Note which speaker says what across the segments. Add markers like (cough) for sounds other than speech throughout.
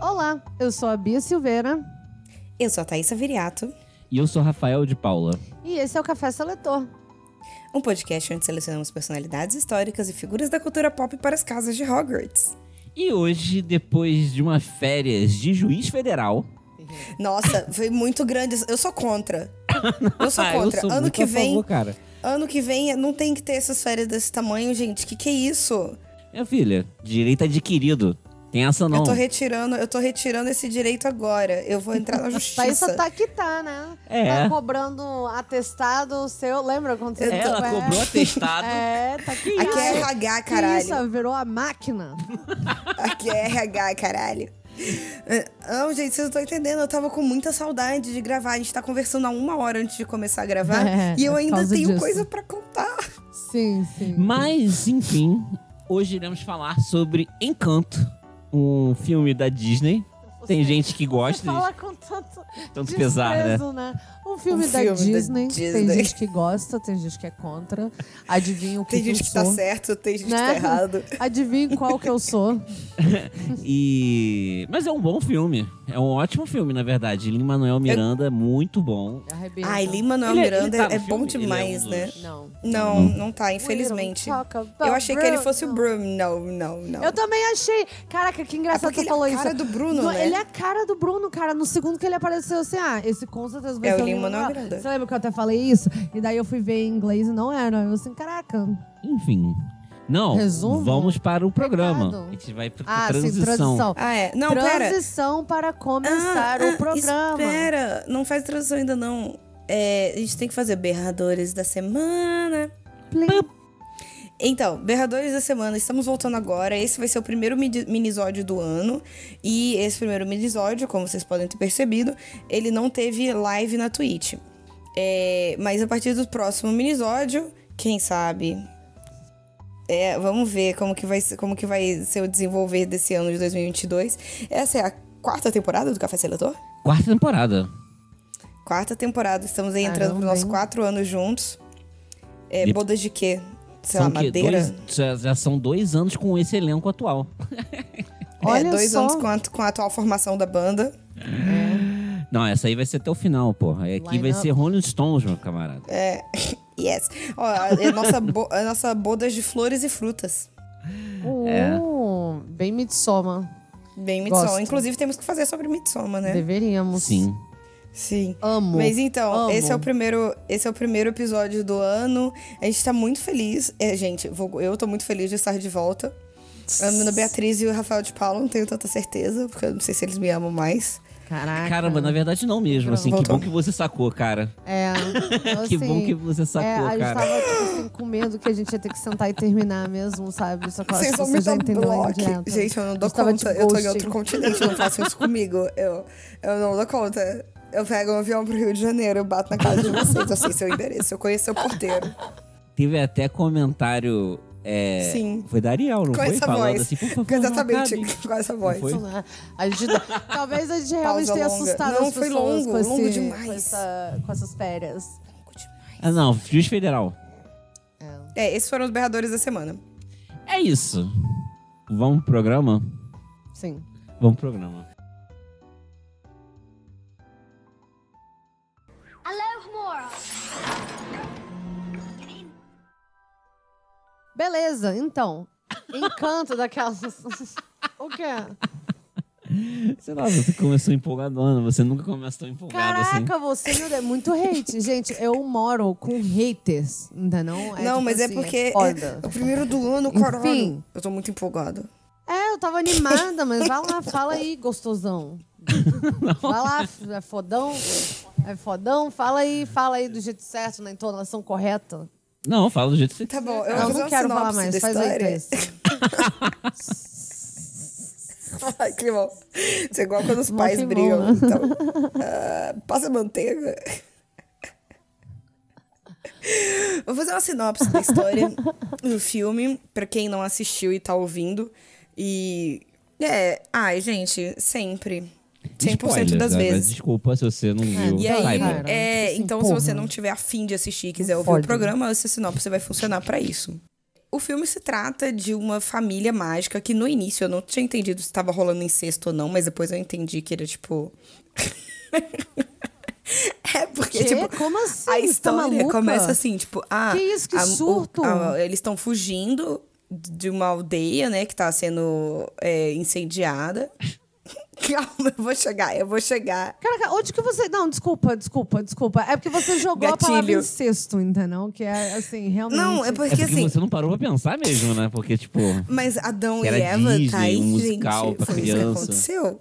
Speaker 1: olá, eu sou a Bia Silveira
Speaker 2: Eu sou a Thaisa Viriato,
Speaker 3: E eu sou Rafael de Paula.
Speaker 1: e esse é o Café Seletor.
Speaker 2: um podcast onde selecionamos personalidades históricas e figuras da cultura pop para as casas de Hogwarts.
Speaker 3: E hoje, depois de uma férias de juiz federal,
Speaker 4: (laughs)
Speaker 2: Nossa, foi muito grande. Eu sou contra. (laughs) Eu sou
Speaker 3: Ah,
Speaker 2: contra.
Speaker 3: sou
Speaker 2: ano
Speaker 3: muito
Speaker 2: que
Speaker 3: a
Speaker 2: vem,
Speaker 3: favor, cara.
Speaker 2: ano que vem não tem que ter essas férias desse tamanho, gente. Que que é isso?
Speaker 3: Minha filha, direito adquirido. Tem essa não.
Speaker 2: Eu tô retirando, eu tô retirando esse direito agora. Eu vou entrar na
Speaker 1: Thaísa
Speaker 2: justiça.
Speaker 1: tá que tá, né?
Speaker 3: É.
Speaker 1: Tá cobrando atestado seu. Lembra quando você
Speaker 3: Ela
Speaker 1: é.
Speaker 2: (laughs)
Speaker 3: cobrou atestado.
Speaker 1: É, tá que tá.
Speaker 2: Aqui é RH,
Speaker 1: Que
Speaker 2: caralho.
Speaker 1: Isso, ela virou a máquina.
Speaker 2: Aqui é RH, caralho. Não, gente, vocês não estão entendendo. Eu tava com muita saudade de gravar. A gente tá conversando há uma hora antes de começar a gravar.
Speaker 1: (laughs) É,
Speaker 2: e eu
Speaker 1: por
Speaker 2: ainda
Speaker 1: causa
Speaker 2: tenho
Speaker 1: disso.
Speaker 2: coisa pra contar.
Speaker 1: Sim, sim.
Speaker 3: Mas, enfim, hoje iremos falar sobre Encanto, um filme da Disney. Tem gente que
Speaker 1: Você
Speaker 3: gosta,
Speaker 1: fala com tanto,
Speaker 3: tanto
Speaker 1: desprezo,
Speaker 3: pesar, né?
Speaker 1: Um filme,
Speaker 2: Um
Speaker 1: da,
Speaker 2: filme da
Speaker 1: Disney. Tem
Speaker 2: Disney.
Speaker 1: gente que gosta, tem gente que é contra. Adivinha o que
Speaker 2: Tem
Speaker 1: que
Speaker 2: gente
Speaker 1: eu
Speaker 2: que tá
Speaker 1: sou.
Speaker 2: certo, tem gente que
Speaker 1: Né?
Speaker 2: tá errado.
Speaker 1: Adivinha qual que eu
Speaker 2: (laughs)
Speaker 1: sou.
Speaker 3: E... Mas é um bom filme. É um ótimo filme, na verdade. Lin-Manuel Miranda é muito bom.
Speaker 1: Arrebenta.
Speaker 2: Ai, Lin-Manuel
Speaker 3: Ele é- ele
Speaker 2: Miranda
Speaker 3: tá no
Speaker 2: é bom
Speaker 3: filme? Ele é
Speaker 2: demais,
Speaker 3: um
Speaker 2: né?
Speaker 3: dos-
Speaker 1: Não.
Speaker 2: Não,
Speaker 1: Uhum.
Speaker 2: não tá, infelizmente.
Speaker 1: We don't talk about
Speaker 2: Eu achei que ele fosse o
Speaker 1: Bruno.
Speaker 2: Bruno. Não, não, não.
Speaker 1: Eu também achei. Caraca, que
Speaker 2: É
Speaker 1: engraçado
Speaker 2: porque
Speaker 1: que você
Speaker 2: ele
Speaker 1: falou
Speaker 2: é a
Speaker 1: isso.
Speaker 2: cara do Bruno,
Speaker 1: No-
Speaker 2: né?
Speaker 1: Ele é a cara do Bruno, cara. No segundo que ele apareceu, assim, ah, esse com certeza vai
Speaker 2: É
Speaker 1: ser
Speaker 2: o Lin-Manuel
Speaker 1: Lin-Manuel.
Speaker 2: Miranda.
Speaker 1: Você lembra que eu até falei isso? E daí eu fui ver em inglês e não era. Eu assim, caraca.
Speaker 3: Enfim. Não,
Speaker 1: Resumo?
Speaker 3: vamos para o programa.
Speaker 1: Pecado.
Speaker 3: A gente vai para
Speaker 1: Ah, sim,
Speaker 3: transição.
Speaker 1: transição.
Speaker 2: Ah, é. Não, pera.
Speaker 1: transição para começar
Speaker 2: Ah,
Speaker 1: o
Speaker 2: ah,
Speaker 1: programa.
Speaker 2: Espera, não faz transição ainda não. É, a gente tem que fazer berradores da semana.
Speaker 1: Plim.
Speaker 2: Então, Berradores da Semana, estamos voltando agora. Esse vai ser o primeiro mini- minisódio do ano. E esse primeiro minisódio, como vocês podem ter percebido, ele não teve live na Twitch. É, mas a partir do próximo minisódio, quem sabe? É, vamos ver como que, vai, ser- como que vai ser o desenvolver desse ano de 2022. Essa é a quarta temporada do Café Seletor?
Speaker 3: Quarta temporada.
Speaker 2: Quarta temporada, estamos aí entrando
Speaker 1: Caramba,
Speaker 2: para nossos
Speaker 1: hein?
Speaker 2: quatro anos juntos. É,
Speaker 3: E-
Speaker 2: bodas de quê? Sei
Speaker 3: São
Speaker 2: lá,
Speaker 3: que
Speaker 2: madeira?
Speaker 3: dois- já, já são dois anos com esse elenco atual.
Speaker 1: Olha
Speaker 2: é, dois
Speaker 1: só.
Speaker 2: anos com a, com a atual formação da banda. (laughs)
Speaker 3: Não, essa aí vai ser até o final, porra. Aqui vai
Speaker 1: Line-up.
Speaker 3: ser Rolling Stones, meu camarada.
Speaker 2: É. Yes. Ó, a, a nossa bo- a nossa bodas de flores e frutas.
Speaker 3: É.
Speaker 1: Uh, bem Mitsoma.
Speaker 2: Bem
Speaker 1: Gosto.
Speaker 2: Midsommar. Inclusive, temos que fazer sobre Midsommar, né?
Speaker 1: Deveríamos.
Speaker 3: Sim.
Speaker 2: Sim.
Speaker 1: Amo.
Speaker 2: Mas então,
Speaker 1: Amo.
Speaker 2: esse é o primeiro, esse é o primeiro episódio do ano. A gente tá muito feliz. É, gente, vou- eu tô muito feliz de estar de volta. A Ana Beatriz e o Rafael de Paulo, não tenho tanta certeza, porque eu não sei se eles me amam mais. Ah,
Speaker 1: Caraca.
Speaker 3: Caramba, na verdade não mesmo, assim, que bom que você sacou, cara. (laughs)
Speaker 1: É.
Speaker 3: que
Speaker 1: assim,
Speaker 3: bom que você
Speaker 1: É,
Speaker 3: sacou,
Speaker 1: a gente
Speaker 3: cara.
Speaker 1: tava tipo, assim, com medo que a gente ia ter que sentar e terminar mesmo, sabe? Só que eu acho
Speaker 2: Vocês
Speaker 1: que
Speaker 2: são
Speaker 1: você
Speaker 2: muito
Speaker 1: já entendeu a
Speaker 2: um bloco.
Speaker 1: indireta.
Speaker 2: Gente, eu não
Speaker 1: A
Speaker 2: dou
Speaker 1: gente tava tipo,
Speaker 2: conta.
Speaker 1: de
Speaker 2: eu tô em
Speaker 1: ghosting.
Speaker 2: outro continente, não façam isso comigo. Eu, eu não dou conta. Eu pego um avião pro Rio de Janeiro, eu bato na casa de vocês, eu sei seu endereço, eu conheço seu porteiro.
Speaker 3: Teve até comentário. é,
Speaker 2: Sim.
Speaker 3: Foi da Ariel, não
Speaker 2: Com
Speaker 3: foi?
Speaker 2: essa
Speaker 3: Falando
Speaker 2: voz.
Speaker 3: assim, por favor.
Speaker 2: Com exatamente,
Speaker 3: não
Speaker 2: (laughs)
Speaker 3: acabe.
Speaker 2: com essa voz.
Speaker 3: foi?
Speaker 1: Isso, né? A gente, talvez a gente realmente
Speaker 2: Pausa
Speaker 1: tenha
Speaker 2: longa.
Speaker 1: assustado
Speaker 2: Não,
Speaker 1: as
Speaker 2: foi
Speaker 1: pessoas
Speaker 2: longo,
Speaker 1: com, esse,
Speaker 2: longo demais.
Speaker 1: Com, essa- com essas férias.
Speaker 3: Ah, não, Juiz Federal.
Speaker 2: É, esses foram os berradores da semana.
Speaker 3: É isso. Vamos pro programa?
Speaker 1: Sim.
Speaker 3: Vamos pro programa.
Speaker 1: (laughs) Beleza, então. Encanto daquelas. o quê?
Speaker 3: Sei lá, você começou empolgadona, você nunca começa tão empolgado assim.
Speaker 1: Caraca, você meu Deus, é muito hate. Gente, eu moro com haters, ainda não? É
Speaker 2: não,
Speaker 1: tipo
Speaker 2: mas é
Speaker 1: assim,
Speaker 2: porque é
Speaker 1: foda.
Speaker 2: o primeiro do ano,
Speaker 1: Enfim.
Speaker 2: caralho. Eu tô muito empolgada.
Speaker 1: É, eu tava animada, mas vai lá, fala aí, gostosão. Vai lá, f- é fodão. É fodão, fala aí, fala aí do jeito certo, na entonação correta.
Speaker 3: Não, fala do jeito que você
Speaker 2: Tá bom, eu
Speaker 1: não,
Speaker 2: vou fazer
Speaker 1: não
Speaker 2: uma
Speaker 1: quero falar
Speaker 2: sinopse
Speaker 1: mais,
Speaker 2: da
Speaker 1: faz aí,
Speaker 2: história.
Speaker 1: Thaís.
Speaker 2: (laughs) Ai, que bom. Isso é igual quando os
Speaker 1: Mó
Speaker 2: pais
Speaker 1: que bom,
Speaker 2: brigam.
Speaker 1: né? (laughs)
Speaker 2: então, ah, passa manteiga. Vou fazer uma sinopse da história do filme, pra quem não assistiu e tá ouvindo. E. É. Ai, gente, sempre. 100%
Speaker 3: Spoiler,
Speaker 2: das
Speaker 3: né?
Speaker 2: vezes. Ah,
Speaker 3: Desculpa se você não viu.
Speaker 2: E aí,
Speaker 3: Saiba.
Speaker 1: cara,
Speaker 2: é,
Speaker 1: tipo assim,
Speaker 2: então
Speaker 1: porra.
Speaker 2: se você não tiver afim de assistir e quiser ouvir
Speaker 1: Fode. né?
Speaker 2: o programa, essa sinopse vai funcionar pra isso. O filme se trata de uma família mágica que no início eu não tinha entendido se tava rolando incesto ou não, mas depois eu entendi que era tipo. (laughs) é (laughs) porque,
Speaker 1: Quê?
Speaker 2: tipo.
Speaker 1: Como assim?
Speaker 2: A
Speaker 1: Tá
Speaker 2: história
Speaker 1: maluca?
Speaker 2: começa assim, tipo, ah.
Speaker 1: Que isso, que
Speaker 2: a- o-
Speaker 1: surto!
Speaker 2: a- eles estão fugindo de uma aldeia, né, que tá sendo é, incendiada. (laughs) Calma, eu vou chegar, eu vou chegar.
Speaker 1: Caraca, onde que você. Não, desculpa, desculpa, desculpa. É porque você jogou a palavra
Speaker 2: Gatilho.
Speaker 1: incesto, entendeu? Que é assim, realmente.
Speaker 2: Não, é porque,
Speaker 3: É porque
Speaker 2: assim.
Speaker 3: você não parou pra pensar mesmo, né? Porque, tipo,
Speaker 2: Mas Adão
Speaker 3: Que
Speaker 2: e
Speaker 3: era
Speaker 2: Eva tá
Speaker 3: Disney,
Speaker 2: aí,
Speaker 3: um musical
Speaker 2: gente.
Speaker 3: pra
Speaker 2: foi isso que
Speaker 3: criança.
Speaker 2: aconteceu.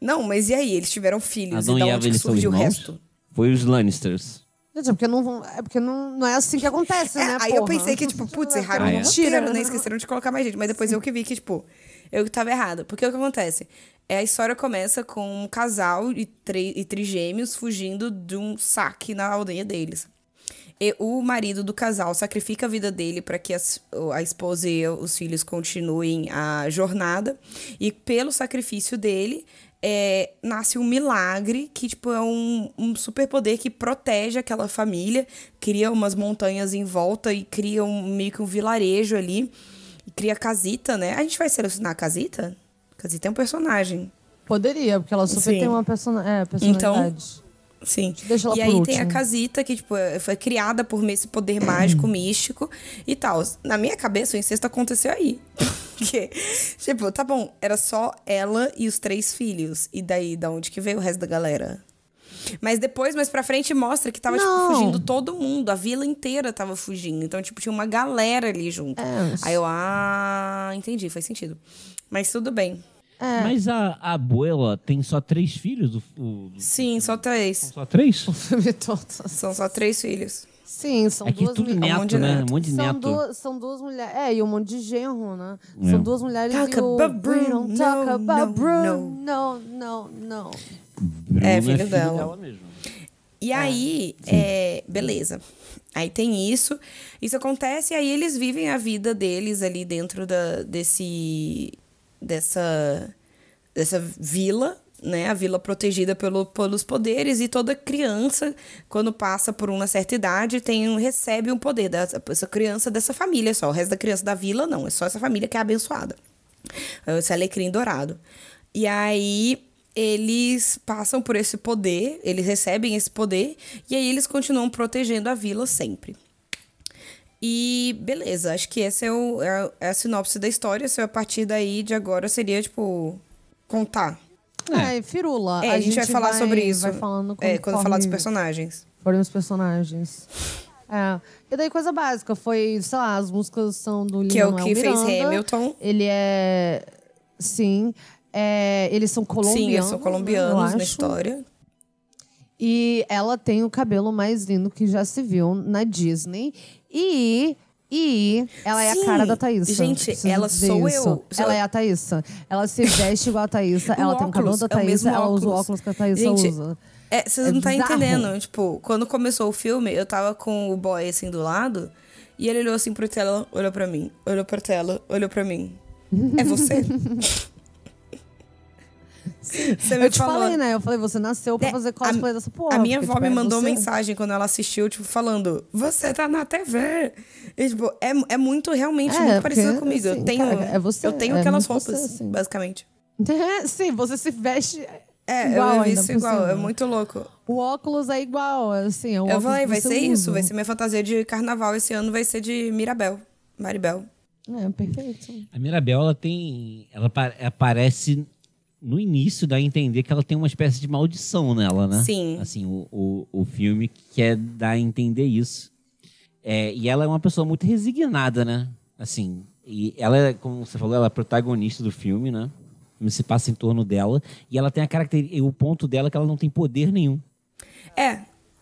Speaker 2: Não, mas e aí? Eles tiveram filhos.
Speaker 3: Adão
Speaker 2: e da
Speaker 3: e Eva,
Speaker 2: onde que
Speaker 3: eles são
Speaker 2: surgiu o
Speaker 3: irmãos?
Speaker 2: resto?
Speaker 3: foi os Lannisters.
Speaker 1: Gente, é porque, não, vão- é porque não, não é assim que acontece,
Speaker 2: É,
Speaker 1: né?
Speaker 2: aí eu
Speaker 1: porra?
Speaker 2: pensei que, tipo, putz, erraram
Speaker 3: Ah,
Speaker 2: no
Speaker 3: é?
Speaker 2: roteiro, né? Esqueceram de colocar mais gente. Mas depois eu que vi que, tipo, eu que tava errada. Porque o que acontece? É, a história começa com um casal e, tri- e trigêmeos fugindo de um saque na aldeia deles. E o marido do casal sacrifica a vida dele para que as- a esposa e os filhos continuem a jornada. E pelo sacrifício dele, é, nasce um milagre que, tipo, é um, um superpoder que protege aquela família, cria umas montanhas em volta e cria um, meio que um vilarejo ali. E cria casita, né? A gente vai selecionar a casita? Casita é um personagem.
Speaker 1: Poderia, porque ela super
Speaker 2: Sim.
Speaker 1: tem uma persona... é, personalidade.
Speaker 2: Sim.
Speaker 1: Deixa ela
Speaker 2: e
Speaker 1: por
Speaker 2: aí tem
Speaker 1: último.
Speaker 2: a casita que, tipo, é- foi criada por meio esse
Speaker 1: (clears throat)
Speaker 2: poder mágico, místico e tal. Na minha cabeça, o incesto aconteceu aí. (laughs) Porque, tipo, tá bom, era só ela e os três filhos. E daí, da onde que veio o resto da galera? Mas depois, mais pra frente, mostra que tava, tipo,
Speaker 1: Não.
Speaker 2: fugindo todo mundo. A vila inteira tava fugindo. Então, tipo, tinha uma galera ali junto.
Speaker 1: É.
Speaker 2: Aí eu, ah, entendi, faz sentido. Mas tudo bem. É.
Speaker 3: Mas a, a abuela tem só três filhos? O, o-
Speaker 2: Sim, só três.
Speaker 3: Só três?
Speaker 1: Filme todo.
Speaker 2: São só três filhos.
Speaker 1: (laughs) Sim, são
Speaker 3: É que
Speaker 1: duas
Speaker 3: tudo
Speaker 1: mil-
Speaker 2: um
Speaker 3: neto,
Speaker 2: monte de
Speaker 3: né?
Speaker 2: neto.
Speaker 3: Um monte de
Speaker 1: São
Speaker 3: neto.
Speaker 1: duas, são duas mulheres. É, e um monte de genro, né?
Speaker 3: É.
Speaker 1: São duas mulheres
Speaker 2: Talk
Speaker 1: e o...
Speaker 2: about
Speaker 1: We don't
Speaker 2: Bruno,
Speaker 1: talk about
Speaker 2: no,
Speaker 1: Bruno. Não, não, não.
Speaker 3: Bruna
Speaker 2: É, filho dela.
Speaker 3: mesmo.
Speaker 2: E aí, é, beleza. Aí tem isso, isso acontece, e aí eles vivem a vida deles ali dentro da, desse, dessa, dessa vila, né? A vila protegida pelo, pelos poderes, e toda criança, quando passa por uma certa idade, tem um, recebe um poder dessa essa criança dessa família só. O resto da criança da vila não, é só essa família que é abençoada. É Esse alecrim dourado. E aí eles passam por esse poder, eles recebem esse poder, e aí eles continuam protegendo a vila sempre. E beleza, acho que essa é, o- é a- é a sinopse da história. Se eu, a partir daí de agora seria, tipo, contar.
Speaker 1: É, firula.
Speaker 2: É, a, gente, vai falar sobre isso.
Speaker 1: Vai falando
Speaker 2: é, quando falar dos
Speaker 1: conforme-
Speaker 2: personagens.
Speaker 1: Foram os personagens. É. E daí, coisa básica, foi, sei lá, as músicas são do
Speaker 2: Que é o
Speaker 1: Lin-Manuel
Speaker 2: que fez
Speaker 1: Miranda.
Speaker 2: Hamilton.
Speaker 1: Ele é. Sim. É, eles são colombianos. né,
Speaker 2: Sim, eles
Speaker 1: eu
Speaker 2: são colombianos
Speaker 1: acho.
Speaker 2: na história.
Speaker 1: E ela tem o cabelo mais lindo que já se viu na Disney. E. E ela é
Speaker 2: Sim.
Speaker 1: a cara da Thaísa.
Speaker 2: Gente,
Speaker 1: preciso
Speaker 2: ela
Speaker 1: dizer
Speaker 2: sou
Speaker 1: isso.
Speaker 2: eu. Sou-
Speaker 1: Ela é a Thaísa. Ela se veste igual a
Speaker 2: (laughs)
Speaker 1: Thaísa.
Speaker 2: O
Speaker 1: ela tem o cabelo
Speaker 2: óculos,
Speaker 1: da
Speaker 2: é o
Speaker 1: Thaísa.
Speaker 2: mesmo
Speaker 1: ela usa o
Speaker 2: óculos.
Speaker 1: óculos que a Thaísa
Speaker 2: Gente,
Speaker 1: usa.
Speaker 2: É, vocês
Speaker 1: É
Speaker 2: não tá
Speaker 1: bizarro.
Speaker 2: entendendo. Tipo, quando começou o filme, eu tava com o boy assim do lado. E ele olhou assim pra tela, olhou pra mim, olhou pra tela, olhou pra mim. É você?
Speaker 1: (laughs)
Speaker 2: você me
Speaker 1: Eu te
Speaker 2: falou.
Speaker 1: falei, né? Eu falei, você nasceu pra
Speaker 2: É,
Speaker 1: fazer cosplay
Speaker 2: a-
Speaker 1: dessa porra.
Speaker 2: a minha
Speaker 1: porque,
Speaker 2: avó
Speaker 1: tipo,
Speaker 2: me
Speaker 1: é
Speaker 2: mandou
Speaker 1: você. (laughs)
Speaker 2: mensagem quando ela assistiu, tipo, falando: Você tá na TV! E, tipo, é, é muito, realmente,
Speaker 1: É,
Speaker 2: muito
Speaker 1: porque,
Speaker 2: parecido comigo. eu
Speaker 1: assim,
Speaker 2: tenho,
Speaker 1: cara, é você,
Speaker 2: eu tenho
Speaker 1: é
Speaker 2: aquelas
Speaker 1: muito você,
Speaker 2: roupas,
Speaker 1: assim.
Speaker 2: basicamente.
Speaker 1: É, Sim, você se veste.
Speaker 2: É,
Speaker 1: igual
Speaker 2: eu vi
Speaker 1: ainda,
Speaker 2: isso
Speaker 1: por
Speaker 2: igual,
Speaker 1: cima.
Speaker 2: é muito louco.
Speaker 1: O óculos é igual, assim. É o
Speaker 2: Eu
Speaker 1: óculos
Speaker 2: falei,
Speaker 1: que
Speaker 2: vai
Speaker 1: você
Speaker 2: ser isso,
Speaker 1: usa.
Speaker 2: vai ser minha fantasia de carnaval esse ano, vai ser de Mirabel, Maribel.
Speaker 1: É, perfeito.
Speaker 3: A Mirabel, ela tem. Ela pa- aparece no início dá a entender que ela tem uma espécie de maldição nela, né?
Speaker 2: Sim.
Speaker 3: Assim, o, o, o filme quer dar a entender isso. É, e ela é uma pessoa muito resignada, né? Assim, e ela, é, como você falou, ela é a protagonista do filme, né? O filme se passa em torno dela. E ela tem a característica, o ponto dela é que ela não tem poder nenhum.
Speaker 2: É,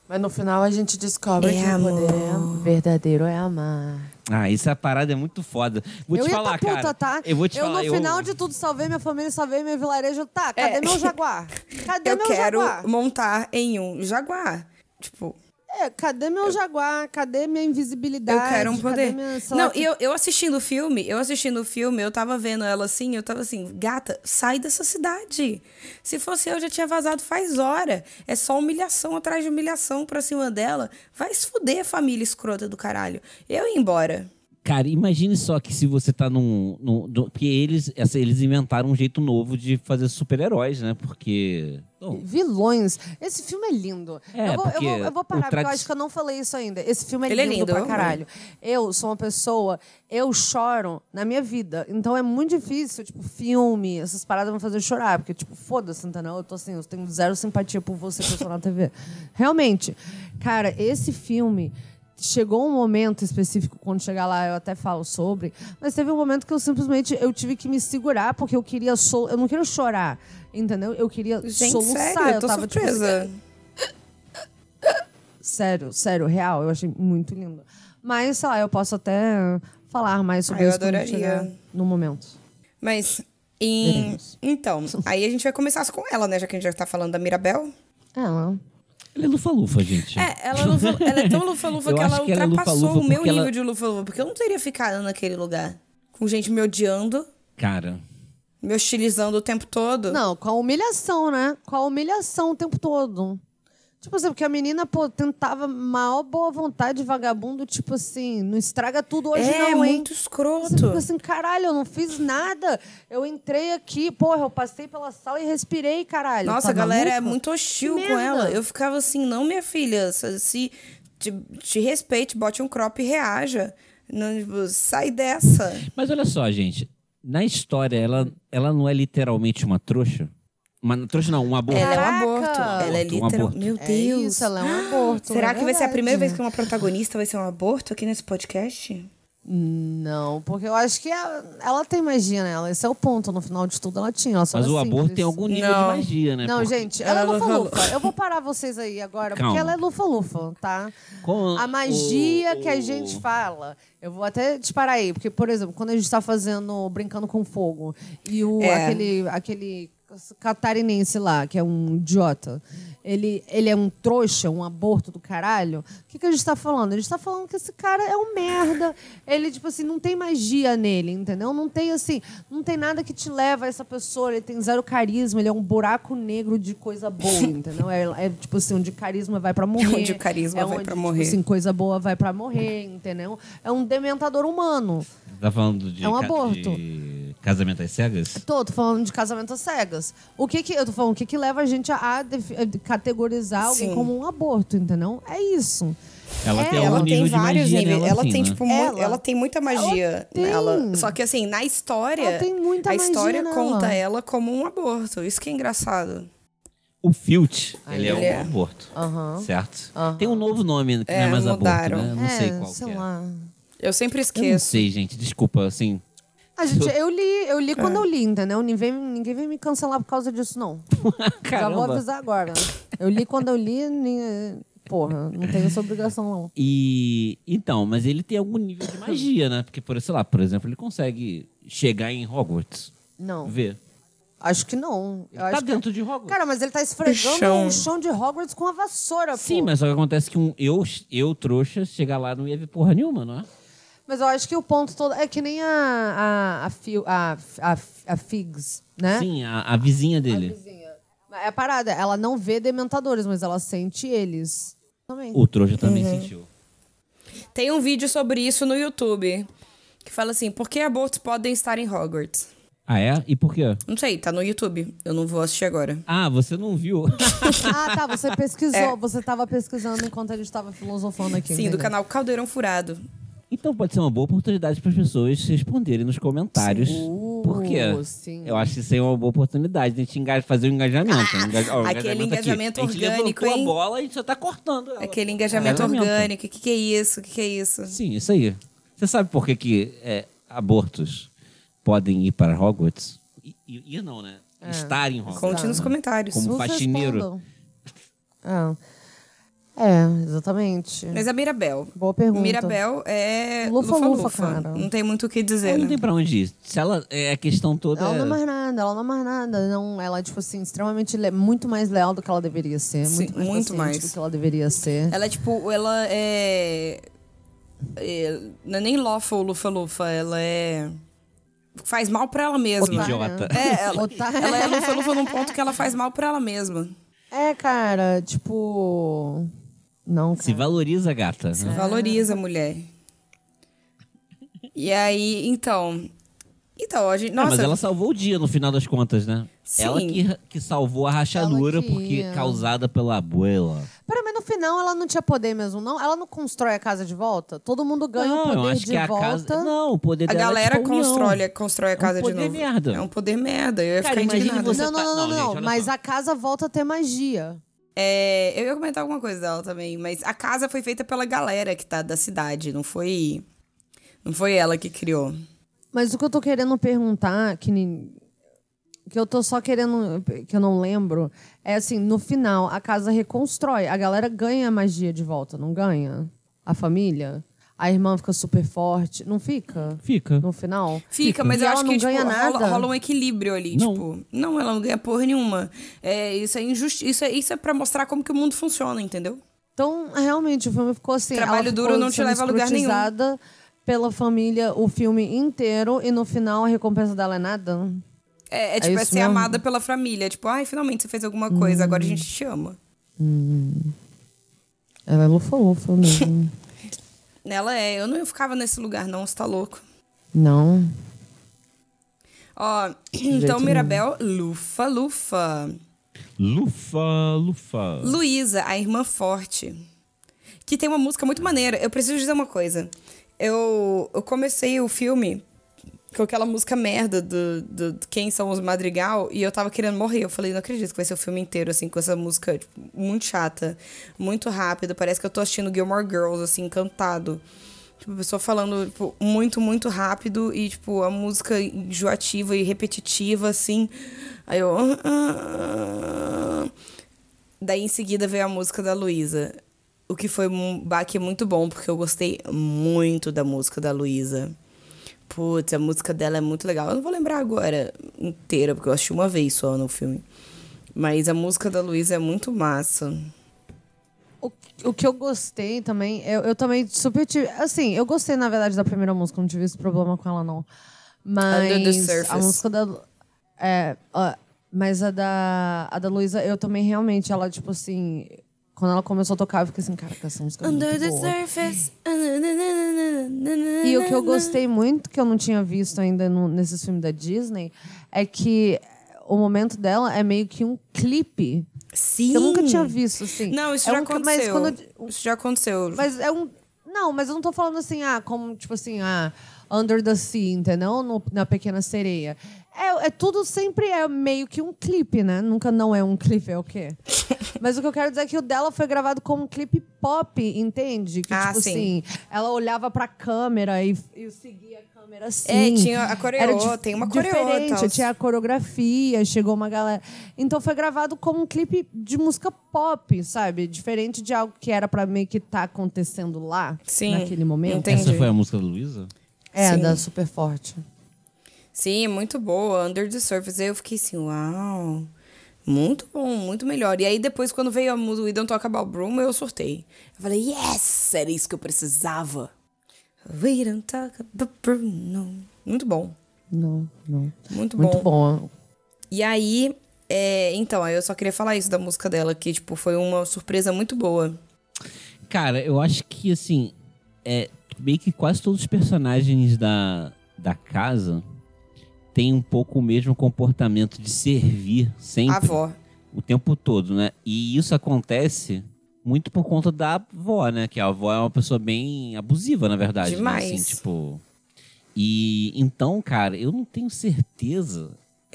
Speaker 5: Mas no final a gente descobre
Speaker 2: É,
Speaker 5: que o poder.
Speaker 2: amor.
Speaker 1: Verdadeiro é amar.
Speaker 3: Ah, essa parada é muito foda. Vou
Speaker 1: eu
Speaker 3: te
Speaker 1: ia
Speaker 3: falar,
Speaker 1: tá puta,
Speaker 3: cara.
Speaker 1: tá?
Speaker 3: Eu vou te
Speaker 1: eu
Speaker 3: falar.
Speaker 1: no final de tudo salvei minha família, salvei meu vilarejo. Tá, cadê
Speaker 2: É.
Speaker 1: meu
Speaker 2: (laughs)
Speaker 1: jaguar? Cadê
Speaker 2: eu
Speaker 1: meu
Speaker 2: quero
Speaker 1: jaguar?
Speaker 2: montar em um jaguar. Tipo,
Speaker 1: É, cadê meu jaguar? Cadê minha invisibilidade?
Speaker 2: eu quero um
Speaker 1: Cadê
Speaker 2: poder.
Speaker 1: minha, sei lá,
Speaker 2: Não, e eu, eu assistindo o filme, eu assistindo o filme, eu tava vendo ela assim, eu tava assim, gata, sai dessa cidade. Se fosse eu, já tinha vazado faz hora. É só humilhação atrás de humilhação pra cima dela. Vai se fuder, família escrota do caralho. Eu ia embora.
Speaker 3: Cara, imagine só que se você tá num. num- do- porque eles, essa- eles inventaram um jeito novo de fazer super-heróis, né? Porque. Bom,
Speaker 1: Vilões. Esse filme é lindo.
Speaker 3: É,
Speaker 1: eu, vou, eu,
Speaker 3: porque
Speaker 1: vou, eu vou
Speaker 3: o
Speaker 1: parar, porque
Speaker 3: tradi-
Speaker 1: eu acho que eu não falei isso ainda. Esse filme é,
Speaker 2: Ele é
Speaker 1: lindo,
Speaker 2: lindo, eu
Speaker 1: pra
Speaker 2: amei.
Speaker 1: caralho. Eu sou uma pessoa, eu choro na minha vida. Então é muito difícil, tipo, filme, essas paradas vão fazer eu chorar. Porque, tipo, foda-se, entendeu? Eu tô assim, eu tenho zero simpatia por você que eu sou na TV.
Speaker 3: (laughs)
Speaker 1: Realmente. Cara, esse filme. Chegou um momento específico, quando chegar lá eu até falo sobre, mas teve um momento que eu simplesmente eu tive que me segurar, porque eu queria. So eu não queria chorar, entendeu? Eu queria
Speaker 2: Gente,
Speaker 1: soluçar.
Speaker 2: sério, eu tô
Speaker 1: tava, tipo,
Speaker 2: surpresa.
Speaker 1: sério, sério, real. Eu achei muito lindo. Mas, sei lá, eu posso até falar mais sobre
Speaker 2: Ah, eu
Speaker 1: isso quando
Speaker 2: adoraria.
Speaker 1: chegar no momento.
Speaker 2: Mas, em- então, aí a gente vai começar com ela, né? Já que a gente já tá falando da Mirabel.
Speaker 1: É, não.
Speaker 3: ele é lufa-lufa, gente.
Speaker 2: É, ela, lufa, ela é
Speaker 3: (laughs)
Speaker 2: tão lufa-lufa
Speaker 3: Eu
Speaker 2: que ela
Speaker 3: acho que ela é
Speaker 2: ultrapassou
Speaker 3: lufa-lufa
Speaker 2: o meu
Speaker 3: porque ela-
Speaker 2: nível de lufa-lufa. Porque eu não teria ficado naquele lugar. Com gente me odiando,
Speaker 3: Cara.
Speaker 2: me hostilizando o tempo todo.
Speaker 1: não, com a humilhação, né? Com a humilhação o tempo todo. Tipo assim, porque a menina, pô, tentava maior boa vontade, vagabundo, tipo assim, não estraga tudo hoje
Speaker 2: é,
Speaker 1: não, hein?
Speaker 2: muito
Speaker 1: Você
Speaker 2: escroto.
Speaker 1: fica assim, caralho, eu não fiz nada. Eu entrei aqui, porra, eu passei pela sala e respirei, caralho.
Speaker 2: Nossa,
Speaker 1: Tá
Speaker 2: a galera é
Speaker 1: maluca?
Speaker 2: muito hostil
Speaker 1: Que
Speaker 2: com
Speaker 1: merda.
Speaker 2: ela. Eu ficava assim, não, minha filha, se, se- te, te respeite, bote um crop e reaja. Não, tipo, sai dessa.
Speaker 3: Mas olha só, gente. Na história, ela, ela não é literalmente uma trouxa. Uma trouxa não, uma boa.
Speaker 2: Ela é um
Speaker 1: Caraca!
Speaker 2: aborto. Ela é
Speaker 3: Aborto, um
Speaker 2: literal.
Speaker 3: aborto.
Speaker 2: Meu
Speaker 1: É
Speaker 2: Deus.
Speaker 1: isso, ela é um aborto,
Speaker 2: (gasps) Será
Speaker 1: é
Speaker 2: que vai ser a
Speaker 1: verdade.
Speaker 2: primeira vez que uma protagonista vai ser um aborto aqui nesse podcast?
Speaker 1: Não, porque eu acho que ela, ela tem magia nela. Esse é o ponto. No final de tudo, ela tinha. Ela só
Speaker 3: Mas
Speaker 1: era
Speaker 3: o aborto
Speaker 1: simples.
Speaker 3: tem algum nível
Speaker 2: Não.
Speaker 3: de magia, né?
Speaker 1: Não,
Speaker 3: Porque-
Speaker 1: gente, ela,
Speaker 2: Ela
Speaker 1: é
Speaker 2: é
Speaker 1: lufa-lufa. Eu vou parar vocês aí agora,
Speaker 3: Calma.
Speaker 1: porque ela é lufa-lufa, tá?
Speaker 3: Com
Speaker 1: A magia
Speaker 3: o-
Speaker 1: que a gente fala. Eu vou até disparar aí, porque, por exemplo, quando a gente tá fazendo Brincando com Fogo e o,
Speaker 2: É.
Speaker 1: aquele, aquele catarinense lá, que é um idiota, ele, ele é um trouxa, um aborto do caralho, o que, que a gente tá falando? A gente tá falando que esse cara é um merda. Ele, tipo assim, não tem magia nele, entendeu? Não tem, assim, não tem nada que te leva a essa pessoa. Ele tem zero carisma, ele é um buraco negro de coisa boa, entendeu? É, é, tipo assim, onde carisma vai pra morrer.
Speaker 2: Onde o carisma
Speaker 1: é
Speaker 2: vai pra
Speaker 1: tipo
Speaker 2: morrer.
Speaker 1: assim, coisa boa vai pra morrer, entendeu? É um dementador humano.
Speaker 3: Tá falando de.
Speaker 1: É um
Speaker 3: ca-
Speaker 1: aborto.
Speaker 3: de casamento às cegas?
Speaker 1: Tô, tô falando de casamento às cegas. O que que eu tô falando? O que que leva a gente a, a defi- a categorizar alguém
Speaker 2: Sim.
Speaker 1: como um aborto, entendeu? É isso.
Speaker 3: Ela
Speaker 1: É,
Speaker 3: tem
Speaker 2: ela
Speaker 3: algum um nível
Speaker 2: tem
Speaker 3: de
Speaker 2: vários
Speaker 3: magia
Speaker 2: níveis.
Speaker 3: nela,
Speaker 2: Ela
Speaker 3: sim,
Speaker 2: tem,
Speaker 3: né?
Speaker 2: tipo, mu-
Speaker 1: Ela.
Speaker 2: ela, tem muita magia
Speaker 1: tem.
Speaker 2: nela. Só que, assim, na história.
Speaker 1: Ela tem muita
Speaker 2: a
Speaker 1: magia
Speaker 2: história
Speaker 1: nela.
Speaker 2: conta ela como um aborto. Isso que é engraçado.
Speaker 3: O Filt,
Speaker 1: Aí
Speaker 3: ele é
Speaker 2: ele
Speaker 3: um
Speaker 2: é.
Speaker 3: aborto.
Speaker 1: Aham.
Speaker 3: Certo?
Speaker 1: Aham.
Speaker 3: Tem um novo nome que
Speaker 2: É,
Speaker 3: não é mais
Speaker 2: mudaram.
Speaker 3: aborto, né? Eu Não
Speaker 1: é,
Speaker 3: sei qual
Speaker 1: sei
Speaker 3: que é.
Speaker 1: lá.
Speaker 2: Eu sempre
Speaker 3: Eu não
Speaker 2: esqueço.
Speaker 3: sei, gente. Desculpa, assim. (laughs)
Speaker 1: Ah, gente, eu li, eu li
Speaker 2: É.
Speaker 1: quando eu li, entendeu? Ninguém, ninguém vem me cancelar por causa disso, não. Já vou
Speaker 3: Caramba.
Speaker 1: avisar agora. Eu li quando eu li, ni- porra, não tenho essa obrigação, não.
Speaker 3: E então, mas ele tem algum nível de magia, né? Porque, por, sei lá, por exemplo, ele consegue chegar em Hogwarts.
Speaker 1: Não.
Speaker 3: Ver.
Speaker 1: Acho que não. Eu
Speaker 3: Ele tá
Speaker 1: acho que-
Speaker 3: dentro de Hogwarts.
Speaker 1: Cara, mas ele tá esfregando o
Speaker 2: Chão.
Speaker 1: chão, de Hogwarts com a vassoura,
Speaker 3: Sim,
Speaker 1: Ah, pô.
Speaker 3: mas só que acontece que um eu, eu trouxa, chegar lá não ia ver porra nenhuma, não é?
Speaker 1: Mas eu acho que o ponto todo. É que nem a, a, a, Fi- a, a, a Figs, né?
Speaker 3: Sim, a, a vizinha dele.
Speaker 1: Vizinha. Mas É a parada, ela não vê dementadores, mas ela sente eles. Também.
Speaker 3: O trouxa também sentiu.
Speaker 2: Tem um vídeo sobre isso no YouTube. Que fala assim, por que abortos podem estar em Hogwarts?
Speaker 3: Ah, é? E por quê?
Speaker 2: Não sei, tá no YouTube. Eu não vou assistir agora.
Speaker 3: Ah, você não viu. (laughs)
Speaker 1: Ah, tá, você
Speaker 2: (laughs)
Speaker 1: pesquisou, você tava pesquisando enquanto a gente tava filosofando aqui.
Speaker 2: É. Sim, do
Speaker 1: entendeu?
Speaker 2: canal Caldeirão Furado.
Speaker 3: então pode ser uma boa oportunidade para as pessoas responderem nos comentários
Speaker 2: Uh,
Speaker 3: por quê?
Speaker 1: sim.
Speaker 3: Eu acho que isso aí é uma boa oportunidade de a gente engajar, fazer um engajamento. um engaja- ó, um
Speaker 2: Ah, aquele
Speaker 3: aqui.
Speaker 2: engajamento
Speaker 3: A gente
Speaker 2: orgânico,
Speaker 3: levantou
Speaker 2: hein?
Speaker 3: a bola e só tá cortando ela.
Speaker 2: Aquele engajamento
Speaker 3: Engajamento.
Speaker 2: orgânico. O que, que é isso? O que, que é isso?
Speaker 3: Sim, isso aí. Você sabe por que, que é, abortos podem ir para Hogwarts? I- i- Ir não, né? Estar em Hogwarts.
Speaker 2: É. Conte nos
Speaker 3: né?
Speaker 2: comentários.
Speaker 3: Como
Speaker 1: Nos
Speaker 3: faxineiro.
Speaker 1: respondam. Ah. É, exatamente.
Speaker 2: Mas a Mirabel.
Speaker 1: Boa pergunta.
Speaker 2: Mirabel é
Speaker 1: Lufa-lufa,
Speaker 2: lufa-lufa.
Speaker 1: cara.
Speaker 2: Não tem muito o que dizer,
Speaker 3: Ela não
Speaker 2: né?
Speaker 3: tem pra onde ir. Se ela, é a questão toda.
Speaker 1: Ela não é
Speaker 3: é-
Speaker 1: mais nada, ela não é mais nada. Não, ela é, tipo assim, extremamente le- muito mais leal do que ela deveria ser.
Speaker 2: Sim,
Speaker 1: muito mais
Speaker 2: muito
Speaker 1: paciente
Speaker 2: mais.
Speaker 1: do que ela deveria ser.
Speaker 2: Ela é tipo, ela é. é não é nem lofa ou lufa-lufa, ela é. Faz mal pra ela mesma.
Speaker 3: Idiota.
Speaker 2: É, ela,
Speaker 1: Otária.
Speaker 2: ela é lufa-lufa num ponto que ela faz mal pra ela mesma.
Speaker 1: É, cara, tipo. Não,
Speaker 3: Se
Speaker 1: cara.
Speaker 3: valoriza, gata. né?
Speaker 2: Valoriza a mulher. E aí, então. Então, a gente.
Speaker 3: Ah,
Speaker 2: Nossa,
Speaker 3: mas ela salvou o dia no final das contas, né?
Speaker 2: Sim.
Speaker 3: Ela que, que salvou a rachadura
Speaker 1: Ela que
Speaker 3: porque
Speaker 1: ia.
Speaker 3: causada pela abuela.
Speaker 1: Pera, mas no final ela não tinha poder mesmo, não? Ela não constrói a casa de volta? Todo mundo ganha o
Speaker 3: não, eu
Speaker 1: poder
Speaker 3: acho
Speaker 1: de
Speaker 3: que a
Speaker 1: volta.
Speaker 3: casa. Não, o poder
Speaker 2: a
Speaker 3: dela
Speaker 2: galera
Speaker 3: é tipo a união.
Speaker 2: constrói, constrói a casa de
Speaker 3: poder
Speaker 2: novo.
Speaker 3: merda.
Speaker 2: É um poder merda. Eu ia
Speaker 3: Cara,
Speaker 2: ficar
Speaker 3: imagine
Speaker 2: indignada.
Speaker 3: você-
Speaker 1: não, não,
Speaker 3: tá-
Speaker 1: não,
Speaker 3: não,
Speaker 1: não,
Speaker 3: gente, olha
Speaker 1: mas
Speaker 3: só.
Speaker 1: a casa volta a ter magia.
Speaker 2: É, eu ia comentar alguma coisa dela também, mas a casa foi feita pela galera que tá da cidade, não foi. Não foi ela que criou.
Speaker 1: Mas o que eu tô querendo perguntar, que, nin- que eu tô só querendo, que eu não lembro, é assim, no final, a casa reconstrói. A galera ganha a magia de volta, não ganha? A família? A irmã fica super forte. Não fica?
Speaker 3: Fica.
Speaker 1: No final?
Speaker 2: Fica, mas
Speaker 1: E
Speaker 2: eu
Speaker 1: ela
Speaker 2: acho
Speaker 1: não
Speaker 2: que
Speaker 1: ganha
Speaker 2: tipo, Rola,
Speaker 1: nada?
Speaker 2: rola um equilíbrio ali,
Speaker 3: Não.
Speaker 2: tipo. Não, ela não ganha porra nenhuma. É, isso é injustiça. Isso é, isso é pra mostrar como que o mundo funciona, entendeu?
Speaker 1: Então, realmente, o filme ficou assim.
Speaker 2: Trabalho
Speaker 1: ela ficou
Speaker 2: duro não te
Speaker 1: sendo
Speaker 2: leva a lugar nenhum.
Speaker 1: escrotizada pela família o filme inteiro e no final a recompensa dela é nada.
Speaker 2: É, é, tipo, é
Speaker 1: isso
Speaker 2: ser
Speaker 1: mesmo? Hum.
Speaker 2: amada pela família. Tipo, ai, finalmente você fez alguma coisa, agora a gente te ama.
Speaker 1: Ela é lufa-lufa (laughs) mesmo.
Speaker 2: Ela é, eu não ficava nesse lugar, não, você tá louco.
Speaker 1: não.
Speaker 2: Ó, (clears throat) então Mirabel, lufa, lufa.
Speaker 3: Lufa, lufa.
Speaker 2: Luísa, a irmã forte. Que tem uma música muito maneira. Eu preciso dizer uma coisa. Eu, eu comecei o filme com aquela música merda do, do, do Quem São os Madrigal e eu tava querendo morrer. Eu falei, não acredito que vai ser o filme inteiro, assim, com essa música tipo, muito chata, muito rápido. Parece que eu tô assistindo Gilmore Girls, assim, cantado. Tipo, a pessoa falando tipo, muito, muito rápido e, tipo, a música enjoativa e repetitiva, assim. Aí eu. "Ah, ah, ah". Daí em seguida veio a música da Luísa. O que foi um baque muito bom, porque eu gostei muito da música da Luísa. Putz, a música dela é muito legal. Eu não vou lembrar agora inteira, porque eu assisti uma vez só no filme. Mas a música da Luísa é muito massa.
Speaker 1: O, o que eu gostei também, eu, eu também super tive. Assim, eu gostei, na verdade, da primeira música, não tive esse problema com ela, não.
Speaker 2: Under the
Speaker 1: Mas
Speaker 2: Surface.
Speaker 1: a música da. É, ó, mas a da, a da Luísa, eu também realmente, ela, tipo assim. Quando ela começou a tocar, eu fiquei assim, cara, que essa música é muito boa.
Speaker 2: surface.
Speaker 1: E o que eu gostei muito, que eu não tinha visto ainda no- nesses filmes da Disney, é que o momento dela é meio que um clipe.
Speaker 2: Sim.
Speaker 1: Que eu nunca tinha visto, assim.
Speaker 2: Não, isso
Speaker 1: É
Speaker 2: já
Speaker 1: um cli-
Speaker 2: aconteceu.
Speaker 1: Mas quando,
Speaker 2: Isso já aconteceu.
Speaker 1: Mas é um. Não, mas eu não tô falando assim, ah, como, tipo assim, ah, Under the Sea, entendeu? No- na Pequena Sereia. É, é tudo sempre é meio que um clipe, né? Nunca não é um (laughs) clipe, é o quê? mas o que eu quero dizer é que o dela foi gravado como um clipe pop, entende? Que,
Speaker 2: Ah,
Speaker 1: tipo
Speaker 2: sim.
Speaker 1: assim, ela olhava pra câmera e, e seguia a câmera assim.
Speaker 2: É, tinha a coreô,
Speaker 1: Era dif-
Speaker 2: tem uma coreô,
Speaker 1: diferente,
Speaker 2: tal.
Speaker 1: Tinha a coreografia, chegou uma galera. Então foi gravado como um clipe de música pop, sabe? Diferente de algo que era pra meio que tá acontecendo lá,
Speaker 2: Sim,
Speaker 1: naquele momento.
Speaker 2: entendi.
Speaker 3: Essa foi a música da Luísa?
Speaker 1: É,
Speaker 2: Sim.
Speaker 1: da Super Forte.
Speaker 2: Sim, é muito boa. Under the Surface. Aí eu fiquei assim, uau. Muito bom, muito melhor. E aí depois, quando veio a música We Don't Talk About Broom, eu surtei. Eu falei, yes! Era isso que eu precisava. We Don't Talk About Broom. no. Muito bom.
Speaker 1: Não, não.
Speaker 2: Muito bom.
Speaker 1: Muito bom.
Speaker 2: E aí, é, então, aí eu só queria falar isso da música dela, que, tipo, foi uma surpresa muito boa.
Speaker 3: Cara, eu acho que assim, é meio que quase todos os personagens da, da casa têm um pouco o mesmo comportamento de servir sempre,
Speaker 2: A avó.
Speaker 3: o tempo todo, né? E isso acontece muito por conta da avó, né? Que a avó é uma pessoa bem abusiva, na verdade. né?
Speaker 2: Demais.
Speaker 3: Assim, tipo, E então, cara, eu não tenho certeza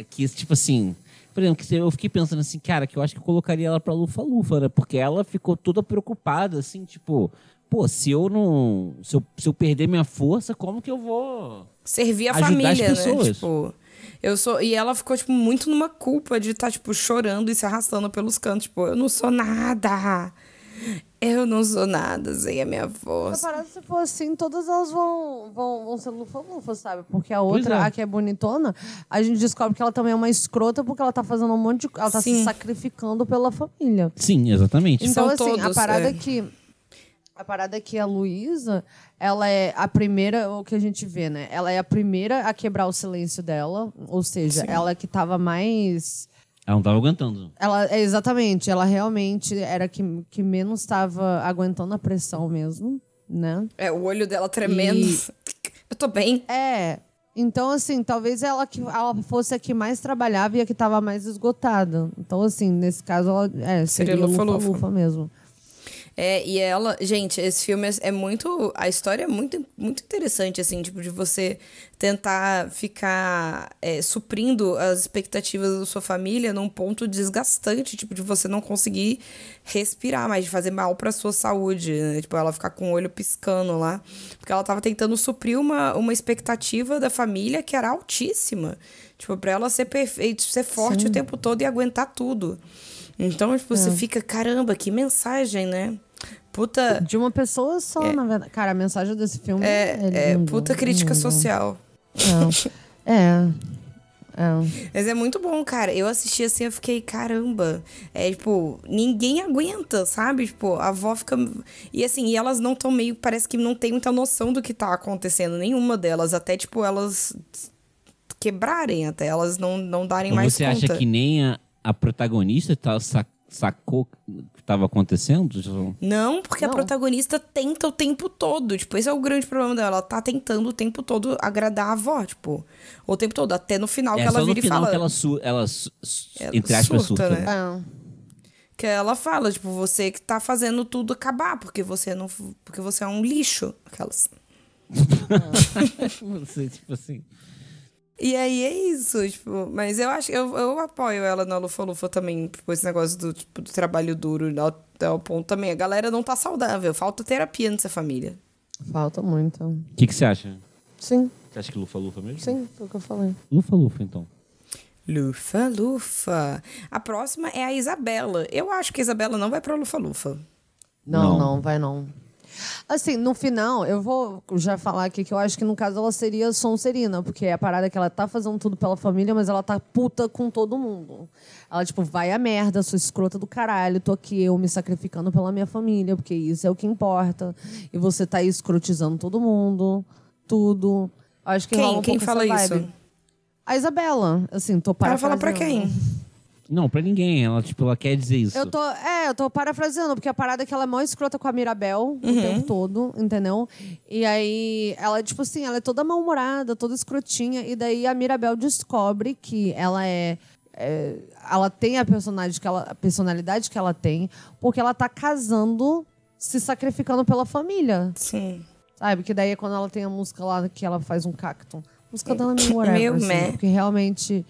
Speaker 3: que, tipo assim. Por exemplo, que se- eu fiquei pensando assim, cara, que eu acho que eu colocaria ela pra Lufa Lufa, né? Porque ela ficou toda preocupada, assim, tipo, pô, se eu não. Se eu, se eu perder minha força, como que eu vou.
Speaker 2: servir a
Speaker 3: Ajudar as
Speaker 2: família, né?
Speaker 3: pessoas.
Speaker 2: Tipo, eu sou. E ela ficou, tipo, muito numa culpa de estar, tipo, chorando e se arrastando pelos cantos. Tipo, eu não sou nada. Eu não sou nada sem a minha
Speaker 1: Essa
Speaker 2: força.
Speaker 1: parada, se for assim, todas elas vão, vão, vão ser lufa-lufa, sabe? Porque a
Speaker 3: Pois
Speaker 1: outra,
Speaker 3: é.
Speaker 1: a que é bonitona, a gente descobre que ela também é uma escrota porque ela tá fazendo um monte de. Ela tá
Speaker 2: Sim.
Speaker 1: se sacrificando pela família.
Speaker 3: Sim, exatamente.
Speaker 2: São
Speaker 1: Então, assim, a
Speaker 2: todos,
Speaker 1: parada
Speaker 2: é.
Speaker 1: é que. A parada é que a Luísa, ela é a primeira, o que a gente vê, né? Ela é a primeira a quebrar o silêncio dela, ou seja, ela que tava mais.
Speaker 3: Ela não tava aguentando.
Speaker 1: Ela, é, exatamente, ela realmente era a que, que menos estava aguentando a pressão mesmo, né?
Speaker 2: É, o olho dela tremendo. Eu tô bem.
Speaker 1: É. Então, assim, talvez ela, que, ela fosse a que mais trabalhava e a que tava mais esgotada. Então, assim, nesse caso, ela é,
Speaker 2: Seria
Speaker 1: seria
Speaker 2: lufa-lufa.
Speaker 1: lufa-lufa mesmo.
Speaker 2: É, e ela, gente, esse filme é- é muito. A história é muito, muito interessante, assim, tipo, de você tentar ficar é, suprindo as expectativas da sua família num ponto desgastante, tipo, de você não conseguir respirar mais, de fazer mal pra sua saúde, né? Tipo, ela ficar com o olho piscando lá. Porque ela tava tentando suprir uma, uma expectativa da família que era altíssima. Tipo, pra ela ser perfeita, ser forte o tempo todo e aguentar tudo. Então, tipo,
Speaker 1: Ah.
Speaker 2: você fica, caramba, que mensagem, né? Puta,
Speaker 1: De uma pessoa só, na verdade. Cara, a mensagem desse filme é,
Speaker 2: é,
Speaker 1: lindo,
Speaker 2: puta crítica
Speaker 1: lindo.
Speaker 2: social.
Speaker 1: É. É. É.
Speaker 2: Mas é muito bom, cara. Eu assisti assim, eu fiquei, caramba. É, tipo, ninguém aguenta, sabe? Tipo, a avó fica. E assim, e elas não tão meio. Parece que não tem muita noção do que tá acontecendo, nenhuma delas. Até, tipo, elas quebrarem até, elas não, não darem
Speaker 3: Mas
Speaker 2: mais
Speaker 3: você
Speaker 2: conta.
Speaker 3: acha que nem a, a protagonista tá, sa- sacou o que tava acontecendo? Tipo,
Speaker 2: Não, porque a
Speaker 1: Não.
Speaker 2: protagonista tenta o tempo todo. Tipo, esse é o grande problema dela. Ela tá tentando o tempo todo agradar a avó, tipo. O tempo todo, até no final
Speaker 3: é
Speaker 2: que ela
Speaker 3: só no
Speaker 2: vira e
Speaker 3: final
Speaker 2: fala.
Speaker 3: que ela, su- ela su- su-
Speaker 2: Ela
Speaker 3: entre aspas,
Speaker 2: surta,
Speaker 3: surta.
Speaker 2: né?
Speaker 3: né?
Speaker 1: É.
Speaker 2: Que ela fala, tipo, você que tá fazendo tudo acabar, porque você não. Porque você é um lixo. Aquelas.
Speaker 3: Você, tipo assim.
Speaker 2: E aí é isso, tipo, mas eu acho eu, eu apoio ela na Lufa Lufa também, tipo, esse negócio do, tipo, do trabalho duro, dá o- dá o ponto também. A galera não tá saudável, falta terapia nessa família.
Speaker 1: Falta muito.
Speaker 3: O que, que você acha?
Speaker 1: Sim,
Speaker 3: Você acha que Lufa Lufa mesmo?
Speaker 1: sim, foi o que eu falei.
Speaker 3: Lufa Lufa, então.
Speaker 2: Lufa Lufa. A próxima é a Isabela. Eu acho que a Isabela não vai pra Lufa Lufa.
Speaker 1: Não,
Speaker 3: Não.
Speaker 1: não, vai não. Assim, no final, eu vou já falar aqui que eu acho que no caso ela seria Sonserina, porque é a parada que ela tá fazendo tudo pela família, mas ela tá puta com todo mundo. Ela, tipo, vai a merda, sou escrota do caralho, tô aqui eu me sacrificando pela minha família, porque isso é o que importa. E você tá aí escrotizando todo mundo, tudo. Acho que
Speaker 2: Quem?
Speaker 1: rola um
Speaker 2: Quem
Speaker 1: pouco
Speaker 2: fala
Speaker 1: essa vibe.
Speaker 2: isso?
Speaker 1: A Isabela, assim, tô
Speaker 2: Ela
Speaker 1: para
Speaker 2: fala pra
Speaker 3: um-
Speaker 2: quem?
Speaker 3: Não, pra ninguém. Ela, tipo, ela quer dizer isso.
Speaker 1: Eu tô, é, eu tô parafraseando, porque a parada é que ela é mó escrota com a Mirabel o tempo todo, entendeu? E aí, ela, tipo assim, ela é toda mal-humorada, toda escrotinha, e daí a Mirabel descobre que ela é. é, ela tem a, personagem que ela, a personalidade que ela tem, porque ela tá casando, se sacrificando pela família.
Speaker 2: Sim.
Speaker 1: Sabe? Que daí é quando ela tem a música lá que ela faz um cacto. A música dela é meio whatever,
Speaker 2: Meio
Speaker 1: assim,
Speaker 2: meh.
Speaker 1: Porque realmente...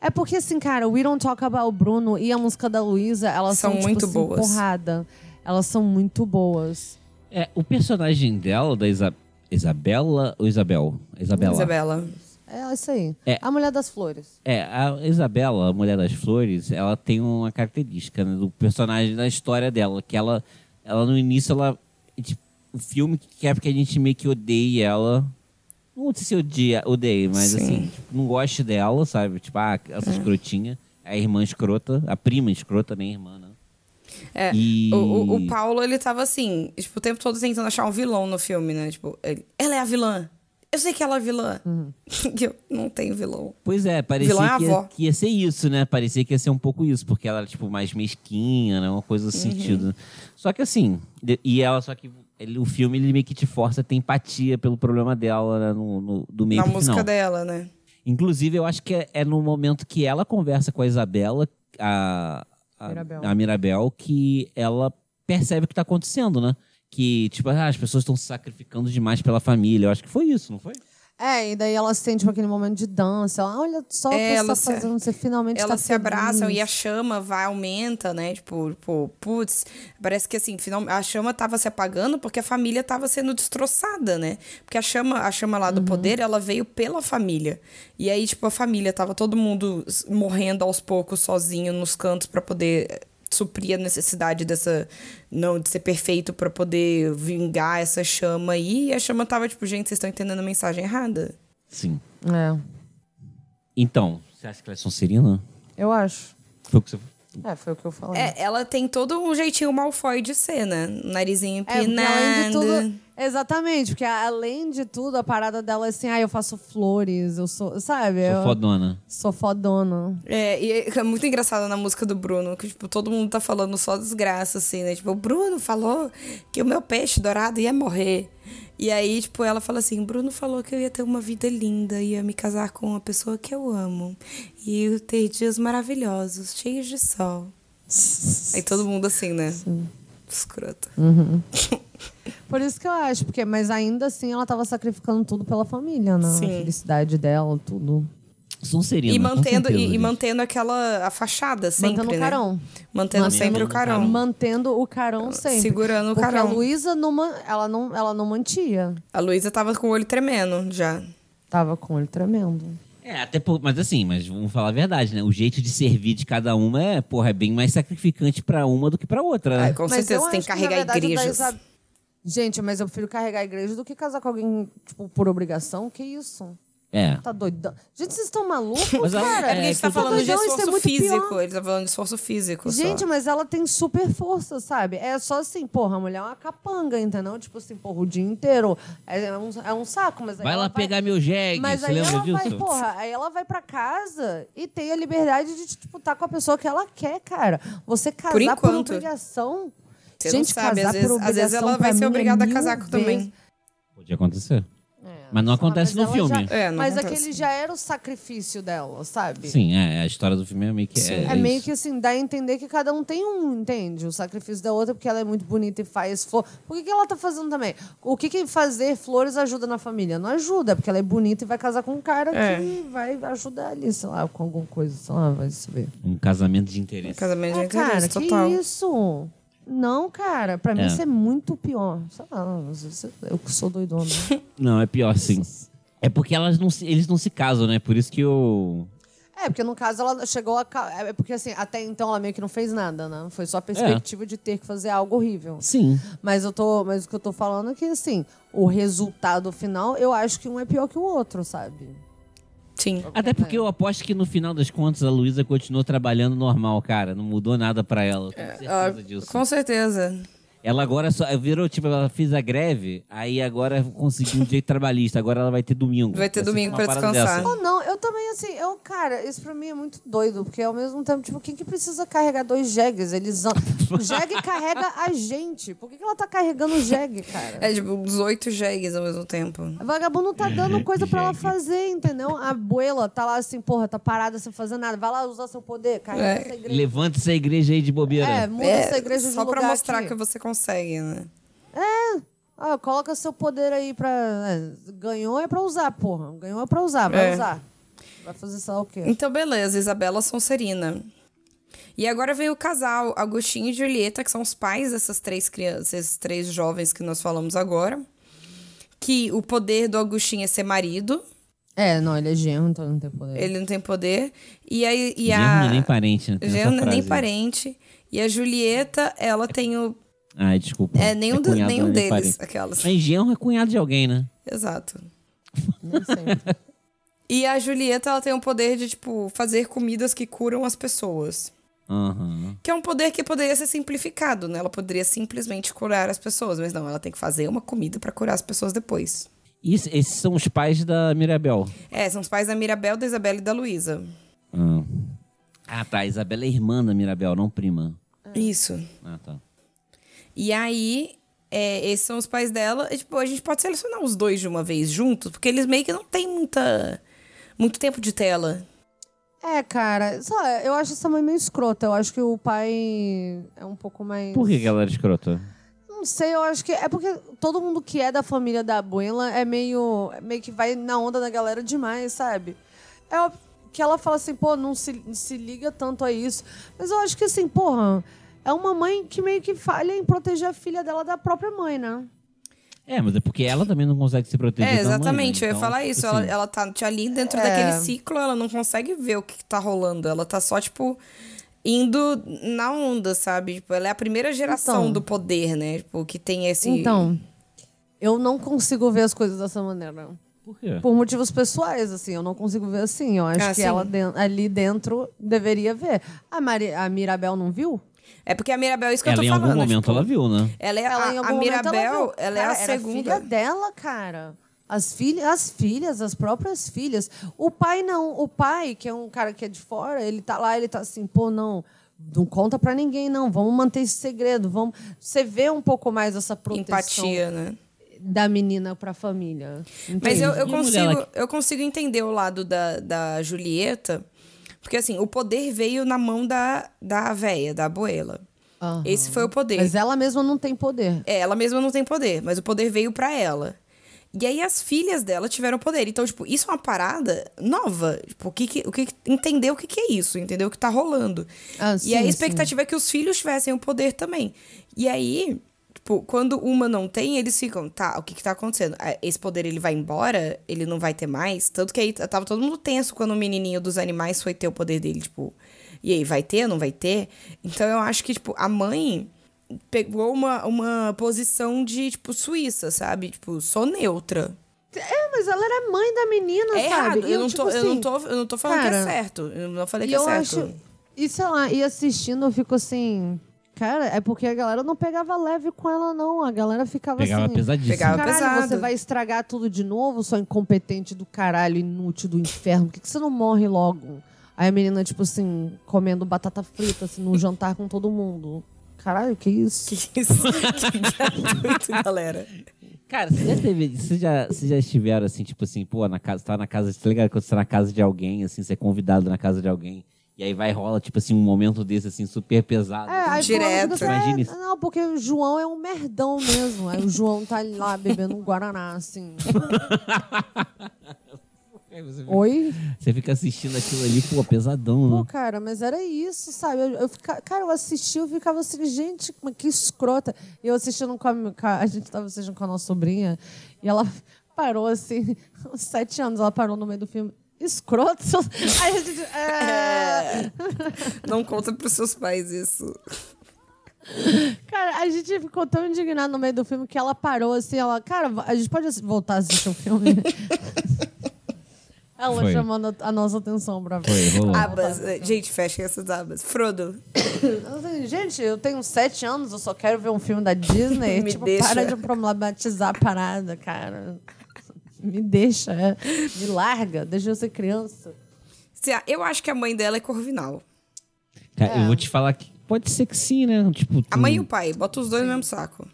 Speaker 1: É porque, assim, cara, We Don't Talk About Bruno e a música da Luísa, elas
Speaker 2: São
Speaker 1: são,
Speaker 2: muito
Speaker 1: tipo, assim,
Speaker 2: boas.
Speaker 1: porrada. Elas são muito boas.
Speaker 3: É, o personagem dela, da Isa- Isabela ou Isabel? Isabela.
Speaker 2: Isabela.
Speaker 1: É isso aí.
Speaker 3: É.
Speaker 1: A Mulher das Flores.
Speaker 3: É, a Isabela, a Mulher das Flores, ela tem uma característica né, do personagem da história dela, que ela, ela no início, ela. tipo, o filme que quer porque a gente meio que odeia ela. Não sei se odia, odeia, mas
Speaker 2: Sim. É.
Speaker 3: assim, tipo, não gosto dela, sabe? Tipo, ah, essa escrotinha, É a irmã escrota, a prima escrota, nem irmã, né?
Speaker 2: É,
Speaker 3: E-
Speaker 2: o, o, o Paulo, ele tava assim, tipo, o tempo todo tentando achar um vilão no filme, né? Tipo, ele, ela é a vilã. Eu sei que ela é a vilã.
Speaker 3: Uhum.
Speaker 2: (laughs) E eu não tenho vilão.
Speaker 3: Pois é, parecia
Speaker 2: Vilã é a
Speaker 3: que,
Speaker 2: avó.
Speaker 3: ia, que ia ser isso, né? Parecia que ia ser um pouco isso, porque ela era, tipo, mais mesquinha, né? Uma coisa nesse
Speaker 2: Uhum.
Speaker 3: sentido. Só que assim, de- e ela, só que ele- o filme ele meio que te força a ter empatia pelo problema dela né? no, no- do meio
Speaker 2: na
Speaker 3: pro
Speaker 2: música
Speaker 3: final.
Speaker 2: dela, né?
Speaker 3: Inclusive, eu acho que é, é no momento que ela conversa com a Isabela, a, a,
Speaker 1: Mirabel.
Speaker 3: a Mirabel, que ela percebe o que tá acontecendo, né? Que, tipo, ah, as pessoas estão se sacrificando demais pela família. Eu acho que foi isso, não foi?
Speaker 1: É, e daí ela sente tipo, aquele momento de dança. Ela, Olha só o que
Speaker 2: É,
Speaker 1: você
Speaker 2: ela
Speaker 1: tá
Speaker 2: se-
Speaker 1: fazendo, você finalmente tá
Speaker 2: Elas se abraçam
Speaker 1: feliz.
Speaker 2: e é a chama vai, aumenta, né? Tipo, pô, putz, parece que assim, final, a chama tava se apagando porque a família tava sendo destroçada, né? Porque a chama, a chama
Speaker 1: Uhum.
Speaker 2: lá do poder, ela veio pela família. E aí, tipo, a família tava todo mundo s- morrendo aos poucos, sozinho, nos cantos pra poder eh, suprir a necessidade dessa não de ser perfeito pra poder vingar essa chama aí e a chama tava tipo gente vocês estão entendendo a mensagem errada
Speaker 3: Sim.
Speaker 1: É,
Speaker 3: Então, você acha que ela é Sonserina?
Speaker 1: eu acho.
Speaker 3: Foi o que você...
Speaker 1: É, foi o que eu falei.
Speaker 2: É, ela tem todo um jeitinho Malfoy de ser, né? Narizinho
Speaker 1: É, porque
Speaker 2: empinado.
Speaker 1: além de tudo. Exatamente, porque a- além de tudo, a parada dela é assim, ah, eu faço flores, eu sou. Sabe?
Speaker 3: Sou
Speaker 1: eu
Speaker 3: fodona.
Speaker 1: sou fodona.
Speaker 2: É, e é muito engraçado na música do Bruno, que, tipo, todo mundo tá falando só desgraça, assim, né? Tipo, o Bruno falou que o meu peixe dourado ia morrer. E aí, tipo, ela fala assim, Bruno falou que eu ia ter uma vida linda, ia me casar com uma pessoa que eu amo. E eu ter dias maravilhosos, cheios de sol. Aí todo mundo assim, né? Escroto.
Speaker 1: Por isso que eu acho, porque, mas ainda assim ela tava sacrificando tudo pela família, né?
Speaker 2: Sim.
Speaker 1: A felicidade dela, tudo.
Speaker 3: Sonserina.
Speaker 2: E
Speaker 3: com
Speaker 2: mantendo,
Speaker 3: certeza,
Speaker 2: e, e
Speaker 3: gente.
Speaker 2: mantendo aquela a fachada sempre,
Speaker 1: Mantendo o
Speaker 2: né?
Speaker 1: carão.
Speaker 2: Mantendo
Speaker 1: Mantendo
Speaker 2: sempre o
Speaker 3: o
Speaker 2: carão.
Speaker 3: carão.
Speaker 1: Mantendo o carão sempre.
Speaker 2: Segurando o
Speaker 1: porque
Speaker 2: carão.
Speaker 1: A Luísa não, man- ela não, ela não mantia.
Speaker 2: A Luísa tava com o olho tremendo já.
Speaker 1: Tava com ele tremendo.
Speaker 3: É, até por, mas assim, mas vamos falar a verdade, né? O jeito de servir de cada uma é, porra, é bem mais sacrificante pra uma do que pra outra, né?
Speaker 2: Ai, com
Speaker 1: Mas
Speaker 2: certeza
Speaker 1: eu
Speaker 2: tem
Speaker 1: acho
Speaker 2: que carregar
Speaker 1: na verdade, o da
Speaker 2: igrejas.
Speaker 1: Isab- Gente, mas eu prefiro carregar a igreja do que casar com alguém, tipo, por obrigação. Que isso?
Speaker 3: É.
Speaker 1: Tá doidão. Gente, vocês estão malucos,
Speaker 3: Mas ela-
Speaker 1: cara?
Speaker 2: É porque a
Speaker 3: É,
Speaker 2: gente tá
Speaker 3: que
Speaker 2: falando de
Speaker 1: doidão, isso é
Speaker 2: esforço
Speaker 1: muito pior.
Speaker 2: físico. Ele tá falando de esforço físico. só.
Speaker 1: Gente, mas ela tem super força, sabe? É só assim, porra, a mulher é uma capanga, entendeu? Tipo assim, porra, o dia inteiro. É é um, é um saco, mas aí
Speaker 3: Vai
Speaker 1: ela
Speaker 3: lá pegar meu jegue,
Speaker 1: Mas
Speaker 3: você
Speaker 1: aí
Speaker 3: lembra
Speaker 1: ela vai,
Speaker 3: disso?
Speaker 1: porra, aí ela vai pra casa e tem a liberdade de, tipo, estar com a pessoa que ela quer, cara. Você casar por,
Speaker 2: enquanto.
Speaker 1: obrigação.
Speaker 2: Você não
Speaker 1: gente,
Speaker 2: sabe, às
Speaker 1: casar
Speaker 2: vezes-
Speaker 1: por
Speaker 2: às
Speaker 1: obrigação.
Speaker 2: vezes ela vai
Speaker 1: pra
Speaker 2: ser
Speaker 1: mim é
Speaker 2: obrigada a
Speaker 1: mil
Speaker 2: casar
Speaker 1: vezes-
Speaker 2: também.
Speaker 3: Podia acontecer. mas não
Speaker 1: Sei lá,
Speaker 3: acontece no
Speaker 1: ela
Speaker 3: filme.
Speaker 1: já-
Speaker 2: É, não
Speaker 1: mas
Speaker 2: acontece.
Speaker 1: aquele já era o sacrifício dela, sabe?
Speaker 3: Sim, é, a história do filme é meio que.
Speaker 1: É,
Speaker 3: É,
Speaker 1: meio
Speaker 3: isso.
Speaker 1: que assim, dá a entender que cada um tem um, entende? O sacrifício da outra, porque ela é muito bonita e faz flor. Por que, que ela tá fazendo também? O que, que fazer flores ajuda na família? Não ajuda, porque ela é bonita e vai casar com um cara
Speaker 2: É.
Speaker 1: que vai ajudar ali, sei lá, com alguma coisa, sei lá, vai saber.
Speaker 3: Um casamento de
Speaker 2: Um
Speaker 3: interesse.
Speaker 2: Casamento de
Speaker 1: Ah,
Speaker 2: interesse
Speaker 1: cara, que
Speaker 2: total.
Speaker 1: isso? Não, cara, pra mim
Speaker 3: É.
Speaker 1: isso é muito pior. Sei lá, às vezes eu que sou doidona. né?
Speaker 3: Não, é pior, sim. É porque elas não se- eles não se casam, né? Por isso que o.
Speaker 1: (laughs) É, porque no caso ela chegou a. ca- É porque assim, até então ela meio que não fez nada, né? Foi
Speaker 2: É.
Speaker 1: só a perspectiva de ter que fazer algo horrível.
Speaker 3: Sim.
Speaker 1: Mas eu tô, mas o que eu tô falando é que assim, o resultado final, eu acho que um é pior que o outro, sabe?
Speaker 2: Sim.
Speaker 3: Até porque eu aposto que no final das contas a Luísa continuou trabalhando normal, cara. Não mudou nada pra ela. Eu tenho certeza
Speaker 2: Ah,
Speaker 3: disso.
Speaker 2: Com certeza.
Speaker 3: Ela agora só virou, tipo, ela fez a greve, aí agora conseguiu um direito trabalhista. Agora ela vai ter domingo.
Speaker 2: Vai ter
Speaker 3: ser tipo
Speaker 2: domingo
Speaker 3: uma
Speaker 2: pra
Speaker 3: parada
Speaker 2: descansar.
Speaker 1: Ou não, eu também assim, eu, cara, isso pra mim é muito doido, porque ao mesmo tempo, tipo, quem que precisa carregar dois jegues? Eles an- O jegue carrega a gente. Por que, que ela tá carregando o jegue, cara?
Speaker 2: É tipo 18 jegues ao mesmo tempo.
Speaker 1: A vagabundo tá dando coisa pra ela fazer, entendeu? A abuela tá lá assim, porra, tá parada sem fazer nada. Vai lá usar seu poder, carrega
Speaker 2: É.
Speaker 1: essa igreja.
Speaker 3: Levanta essa igreja aí de bobeira.
Speaker 1: É, muda essa igreja de
Speaker 2: só
Speaker 1: lugar
Speaker 2: pra mostrar
Speaker 1: aqui.
Speaker 2: que você consegue, né?
Speaker 1: Ah, coloca seu poder aí pra. é, Ganhou é pra usar, porra. Ganhou é pra usar, vai
Speaker 2: É.
Speaker 1: usar. Vai fazer sei lá o quê?
Speaker 2: Então, beleza, Isabela Sonserina. E agora vem o casal, Agostinho e Julieta, que são os pais dessas três crianças, esses três jovens que nós falamos agora. Que o poder do Agostinho é ser marido,
Speaker 1: É, não, ele é genro, então não tem poder.
Speaker 2: ele não tem poder. E a. E
Speaker 3: Jean
Speaker 2: a
Speaker 3: não é nem parente, né? Tem
Speaker 2: Jean
Speaker 3: essa
Speaker 2: não é nem
Speaker 3: frase.
Speaker 2: parente. E a Julieta, ela tem o.
Speaker 3: Ai, desculpa.
Speaker 2: É, nenhum, do-
Speaker 3: cunhado,
Speaker 2: nenhum
Speaker 3: não é nem
Speaker 2: deles,
Speaker 3: parente.
Speaker 2: aquelas.
Speaker 3: Mas Jean é cunhado de alguém, né?
Speaker 2: Exato.
Speaker 1: Nem sempre.
Speaker 2: E a Julieta, ela tem o poder de, tipo, fazer comidas que curam as pessoas.
Speaker 3: Aham.
Speaker 2: Que é um poder que poderia ser simplificado, né? Ela poderia simplesmente curar as pessoas, mas não, ela tem que fazer uma comida pra curar as pessoas depois.
Speaker 3: E es- esses são os pais da Mirabel.
Speaker 2: É, são os pais da Mirabel, da Isabela e da Luísa.
Speaker 3: Ah. Ah, tá. A Isabela é irmã da Mirabel, não prima.
Speaker 2: Isso.
Speaker 3: Ah, tá.
Speaker 2: E aí, é, esses são os pais dela. E, tipo, a gente pode selecionar os dois de uma vez juntos, porque eles meio que não têm muita. Muito tempo de tela.
Speaker 1: É, cara, sei lá, eu acho essa mãe meio escrota. Eu acho que o pai é um pouco mais.
Speaker 3: Por que, que ela era escrota?
Speaker 1: não sei, eu acho que é porque todo mundo que é da família da Abuela é meio, é meio que vai na onda da galera demais, sabe? É óbvio que ela fala assim, pô, não se, não se liga tanto a isso. Mas eu acho que assim, porra, é uma mãe que meio que falha em proteger a filha dela da própria mãe, né?
Speaker 3: É, mas é porque ela também não consegue se proteger.
Speaker 2: É,
Speaker 3: da mãe, né?
Speaker 2: exatamente, eu ia
Speaker 3: Então,
Speaker 2: falar
Speaker 3: tipo
Speaker 2: isso.
Speaker 3: assim,
Speaker 2: Ela, ela tá t- ali dentro
Speaker 1: É.
Speaker 2: daquele ciclo, ela não consegue ver o que, que tá rolando. Ela tá só, tipo, indo na onda, sabe? Tipo, ela é a primeira geração
Speaker 1: Então.
Speaker 2: do poder, né? Tipo, que tem esse.
Speaker 1: Então, eu não consigo ver as coisas dessa maneira.
Speaker 3: Por quê?
Speaker 1: Por motivos pessoais, assim, eu não consigo ver assim. Eu acho
Speaker 2: Ah,
Speaker 1: que
Speaker 2: sim.
Speaker 1: ela den- ali dentro deveria ver. A, Mari- a Mirabel não viu?
Speaker 2: É porque a Mirabel, é isso que eu
Speaker 3: Ela
Speaker 2: tô
Speaker 3: em
Speaker 2: falando.
Speaker 3: algum momento
Speaker 2: tipo,
Speaker 3: ela viu, né?
Speaker 2: Ela é
Speaker 1: Ela,
Speaker 2: a,
Speaker 1: Ah, em
Speaker 2: a
Speaker 1: algum momento,
Speaker 2: Mirabel, ela,
Speaker 1: viu.
Speaker 2: é a
Speaker 1: Cara, era
Speaker 2: segunda.
Speaker 1: filha dela, cara. As filhas, as filhas, as próprias filhas. O pai não. O pai, que é um cara que é de fora, ele tá lá, ele tá assim, pô, não. Não conta pra ninguém, não. Vamos manter esse segredo. Vamos. Você vê um pouco mais essa proteção
Speaker 2: Empatia, né?
Speaker 1: da menina pra família. entende?
Speaker 2: Mas eu,
Speaker 3: E
Speaker 2: eu,
Speaker 3: a mulher,
Speaker 2: consigo,
Speaker 3: ela-
Speaker 2: eu consigo entender o lado da, da Julieta. Porque, assim, o poder veio na mão da, da véia, da abuela.
Speaker 1: Aham.
Speaker 2: Esse foi o poder.
Speaker 1: Mas ela mesma não tem poder.
Speaker 2: É, ela mesma não tem poder, mas o poder veio pra ela. E aí as filhas dela tiveram poder. Então, tipo, isso é uma parada nova. Tipo, o que, que- o que que- entender o que, que é isso, entender o que tá rolando.
Speaker 1: Ah,
Speaker 2: e
Speaker 1: sim,
Speaker 2: a expectativa é que os filhos tivessem o poder também. E aí, tipo, quando uma não tem, eles ficam, tá, o que que tá acontecendo? Ah, Esse poder ele vai embora? Ele não vai ter mais? Tanto que aí t- tava todo mundo tenso quando o menininho dos animais foi ter o poder dele, tipo, e aí, vai ter, não vai ter? Então eu acho que, tipo, a mãe pegou uma, uma posição de, tipo, suíça, sabe? Tipo, sou neutra.
Speaker 1: É, mas ela era mãe da menina,
Speaker 2: É
Speaker 1: sabe?
Speaker 2: errado.
Speaker 1: E
Speaker 2: Eu, não
Speaker 1: tipo
Speaker 2: tô, eu, não
Speaker 1: assim,
Speaker 2: tô, eu não tô falando que é
Speaker 1: cara,
Speaker 2: certo. Eu não falei
Speaker 1: E
Speaker 2: que é
Speaker 1: eu
Speaker 2: certo.
Speaker 1: acho. E sei lá, e assistindo eu fico assim. Cara, é porque a galera não pegava leve com ela, não. A galera ficava
Speaker 3: Pegava
Speaker 1: assim.
Speaker 3: pesadíssimo.
Speaker 2: Pegava
Speaker 1: Caralho,
Speaker 2: pesado.
Speaker 1: você vai estragar tudo de novo, sua incompetente do caralho, inútil do inferno. Por que, que você não morre logo? Aí a menina, tipo assim, comendo batata frita, assim, num jantar com todo mundo. Caralho, que isso?
Speaker 2: Isso. (laughs) que gratuito, galera.
Speaker 3: Cara, você já teve. Vocês já, vocês já estiveram assim, tipo assim, pô, na casa, tá na casa. Tá ligado quando você tá na casa de alguém, assim, você é convidado na casa de alguém. E aí vai rola, tipo assim, um momento desse, assim, super pesado. assim,
Speaker 1: É, aí
Speaker 2: Direto.
Speaker 1: fulano fica
Speaker 3: Imagina
Speaker 1: assim,
Speaker 3: isso.
Speaker 1: "É, não, porque o João é um merdão mesmo. Aí o João tá lá bebendo um Guaraná, assim.
Speaker 3: (laughs) Aí você, fica,
Speaker 1: Oi?
Speaker 3: você fica assistindo aquilo ali, pô, pesadão,
Speaker 1: Pô,
Speaker 3: né?
Speaker 1: cara, mas era isso, sabe? Eu, eu fica- cara, eu assisti, eu ficava assim, gente, como- que escrota. E eu assistindo com a, mi- com a- a gente tava assistindo com a nossa sobrinha, e ela (laughs) parou assim, (laughs) uns sete anos, ela parou no meio do filme. Escroto? (laughs) Aí a gente. é.
Speaker 2: Não conta pros seus pais isso.
Speaker 1: Cara, a gente ficou tão indignado no meio do filme que ela parou assim, ela, cara, a gente pode assi- voltar a assistir o
Speaker 3: (laughs)
Speaker 1: filme? ela
Speaker 3: Foi.
Speaker 1: chamando a- a nossa atenção pra
Speaker 3: Foi, rolou.
Speaker 2: Abas. eh, Gente, fechem essas abas. Frodo.
Speaker 1: Assim, Gente, eu tenho sete anos, eu só quero ver um filme da (laughs) Disney.
Speaker 2: Me
Speaker 1: tipo,
Speaker 2: deixa.
Speaker 1: para de problematizar a parada, cara. Me deixa, é. me larga, deixa eu ser criança.
Speaker 2: Se a- Eu acho que a mãe dela é Corvinal.
Speaker 3: Cara, eu vou te falar que pode ser que sim, né? Tipo,
Speaker 2: é. A
Speaker 3: tu-
Speaker 2: mãe e o pai. Bota os dois no mesmo saco.